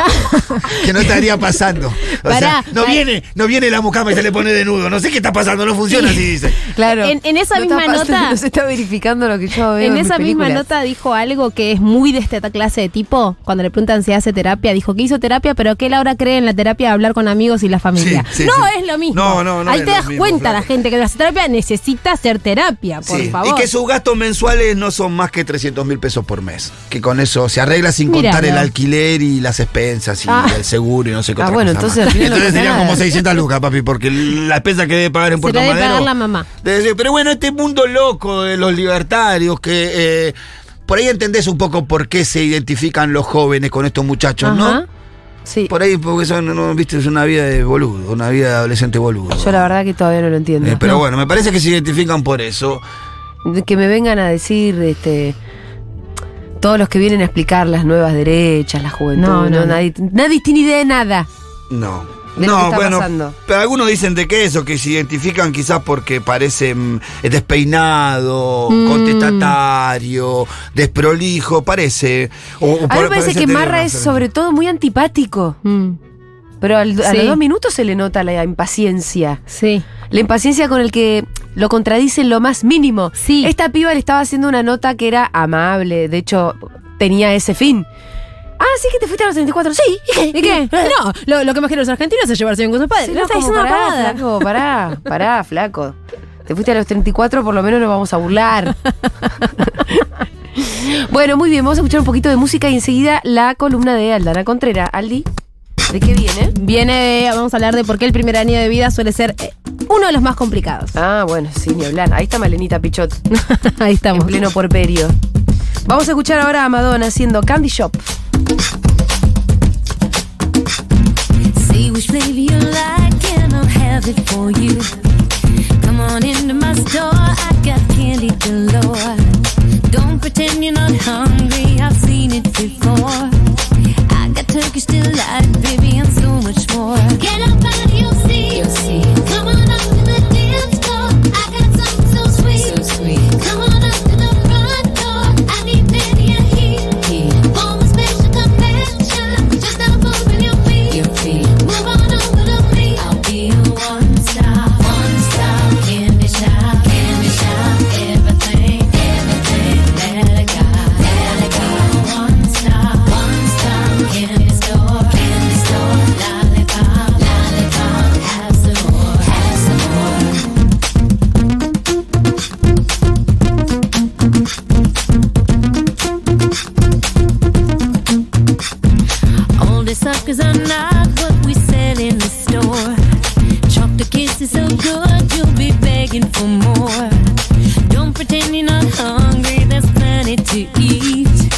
[SPEAKER 2] Que no estaría pasando. O sea,
[SPEAKER 15] Pará,
[SPEAKER 2] no
[SPEAKER 15] pará.
[SPEAKER 2] viene, no viene la mucama y se le pone desnudo. No sé qué está pasando, no funciona así, dice.
[SPEAKER 1] Claro.
[SPEAKER 15] En- en esa
[SPEAKER 1] No está
[SPEAKER 15] misma
[SPEAKER 1] pasando,
[SPEAKER 15] nota-
[SPEAKER 1] no se está verificando lo que yo veo.
[SPEAKER 15] En
[SPEAKER 1] mis
[SPEAKER 15] esa misma
[SPEAKER 1] películas.
[SPEAKER 15] nota dijo algo que es muy de esta clase de tipo. Cuando le preguntan si hace terapia, dijo que hizo terapia, pero que él ahora cree en la terapia de hablar con amigos y la familia.
[SPEAKER 2] Sí, sí,
[SPEAKER 15] no
[SPEAKER 2] sí.
[SPEAKER 15] es lo mismo.
[SPEAKER 2] No, no, no
[SPEAKER 15] Ahí
[SPEAKER 2] es
[SPEAKER 15] te
[SPEAKER 2] lo
[SPEAKER 15] das
[SPEAKER 2] mismo,
[SPEAKER 15] cuenta
[SPEAKER 2] claro.
[SPEAKER 15] la gente que hace terapia necesita hacer terapia, por
[SPEAKER 2] Sí,
[SPEAKER 15] favor.
[SPEAKER 2] Y que sus gastos mensuales no son más que 300 mil pesos por mes. Que con eso se arregla sin
[SPEAKER 15] Míralo.
[SPEAKER 2] contar el alquiler y las expensas y
[SPEAKER 1] Ah.
[SPEAKER 2] el seguro y no sé qué
[SPEAKER 1] Ah,
[SPEAKER 2] otra
[SPEAKER 1] bueno,
[SPEAKER 2] cosa
[SPEAKER 1] entonces
[SPEAKER 2] más.
[SPEAKER 1] al final no
[SPEAKER 2] Entonces
[SPEAKER 1] pasa
[SPEAKER 2] serían
[SPEAKER 1] nada.
[SPEAKER 2] como 600 lucas, papi, porque la expensa que debe pagar en
[SPEAKER 15] Se
[SPEAKER 2] Puerto
[SPEAKER 15] la debe
[SPEAKER 2] Madero.
[SPEAKER 15] pagar la mamá.
[SPEAKER 2] Debe ser, Pero bueno, este mundo loco de los libertarios que... eh, por ahí entendés un poco por qué se identifican los jóvenes con estos muchachos,
[SPEAKER 1] Ajá.
[SPEAKER 2] ¿no?
[SPEAKER 1] Sí.
[SPEAKER 2] Por ahí porque son, no, viste, es una vida de boludo, una vida de adolescente boludo.
[SPEAKER 1] Yo la verdad que todavía no lo entiendo.
[SPEAKER 2] Eh, pero
[SPEAKER 1] No.
[SPEAKER 2] bueno, me parece que se identifican por eso.
[SPEAKER 1] De que me vengan a decir, este. todos los que vienen a explicar las nuevas derechas, la juventud.
[SPEAKER 2] No,
[SPEAKER 1] No,
[SPEAKER 2] no, no.
[SPEAKER 1] Nadie, nadie tiene idea de nada.
[SPEAKER 2] No.
[SPEAKER 1] de lo que
[SPEAKER 2] no,
[SPEAKER 1] está
[SPEAKER 2] bueno,
[SPEAKER 1] pasando.
[SPEAKER 2] pero algunos dicen de que eso, que se identifican quizás porque parece mm, despeinado,
[SPEAKER 1] Mm.
[SPEAKER 2] contestatario, desprolijo, parece. O, o
[SPEAKER 1] A mí
[SPEAKER 2] pare-
[SPEAKER 1] me parece que
[SPEAKER 2] tener
[SPEAKER 1] Marra
[SPEAKER 2] una
[SPEAKER 1] es
[SPEAKER 2] certeza.
[SPEAKER 1] sobre todo muy antipático.
[SPEAKER 15] Mm.
[SPEAKER 1] Pero al- a
[SPEAKER 15] Sí.
[SPEAKER 1] los dos minutos se le nota la impaciencia.
[SPEAKER 14] Eh.
[SPEAKER 15] Sí.
[SPEAKER 1] La impaciencia con el que lo contradice en lo más mínimo. Sí. Esta piba le estaba haciendo una nota que era amable, de hecho, tenía ese fin. Ah, sí que te fuiste a los 34. Sí.
[SPEAKER 15] ¿Y qué? No, lo, lo que más quieren los argentinos es llevarse bien con sus padres.
[SPEAKER 1] Sí,
[SPEAKER 15] no,
[SPEAKER 1] no,
[SPEAKER 15] está
[SPEAKER 1] como
[SPEAKER 15] diciendo una
[SPEAKER 1] pará,
[SPEAKER 15] pavada.
[SPEAKER 1] flaco, pará, pará, flaco. Te fuiste a los 34, por lo menos nos vamos a burlar. bueno, muy bien, vamos a escuchar un poquito de música y enseguida la columna de Aldana Contrera. Aldi, ¿de qué viene?
[SPEAKER 15] Viene de, vamos a hablar de por qué el primer año de vida suele ser eh, uno de los más complicados.
[SPEAKER 1] Ah, bueno, sí, ni hablar. Ahí está Malenita Pichot.
[SPEAKER 15] Ahí estamos.
[SPEAKER 1] En pleno porperio. Vamos a escuchar ahora a Madonna haciendo Candy Shop.
[SPEAKER 17] See which flavor you like, and I'll have it for you. Come on into my store, I got candy galore. Don't pretend you're not hungry, I've seen it before. I got Turkish delight, baby, and so much more. Get up and you'll see. You'll see. Come on up to the dance floor, I got something so sweet. So sweet. Come on up to the front door, I need plenty of heat. heat. Form a special convention, just stop moving your feet. Your feet. Move on over to me. I'll be your one stop, one stop candy shop, candy shop. Everything, everything that I got, that I got. One stop, one stop candy store, candy store. Lollipop, lollipop. Have some more, have some more. All the suckers are not what we sell in the store. Chocolate kiss is so good, you'll be begging for more. Don't pretend you're not hungry, there's plenty to eat.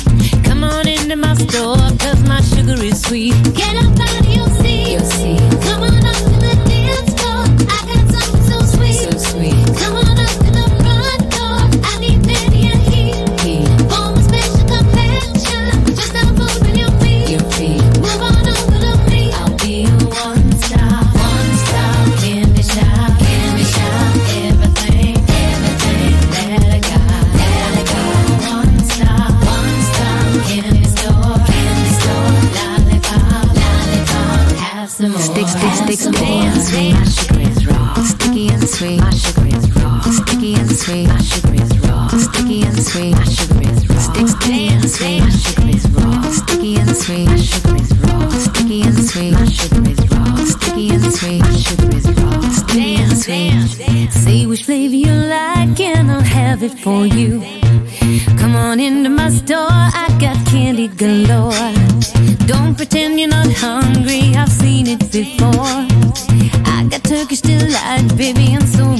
[SPEAKER 17] Come on into my store, cause my sugar is sweet. Get up and you'll see. You'll see. Come on up to the dance floor, I got something so sweet. So sweet. Come on up to the front door, I need plenty of heat. heat. Form a special convention, just stop moving your feet. Your feet. Move on over to me. I'll be your one stop, one stop candy shop, candy shop. Everything, everything that I got, that I got. One stop, one stop candy store, candy store. Lollipop, lollipop. Have some more. Stick, stick, stick, stick. Dance, dance. My sugar is raw, sticky and sweet. My sugar is raw, sticky and sweet. My sugar is raw, sticky and sweet. My sugar is raw, stick, sticky and sweet. My sugar is raw, sticky and sweet. My sugar is raw, sticky and sweet. My sugar is raw, sticky and sweet. My sugar is raw, sticky and sweet. See which flavor you like, and I'll have it for you. Come on into my store, I got candy galore. Don't pretend you're not hungry, I've seen it before. I got Turkish delight, baby, and so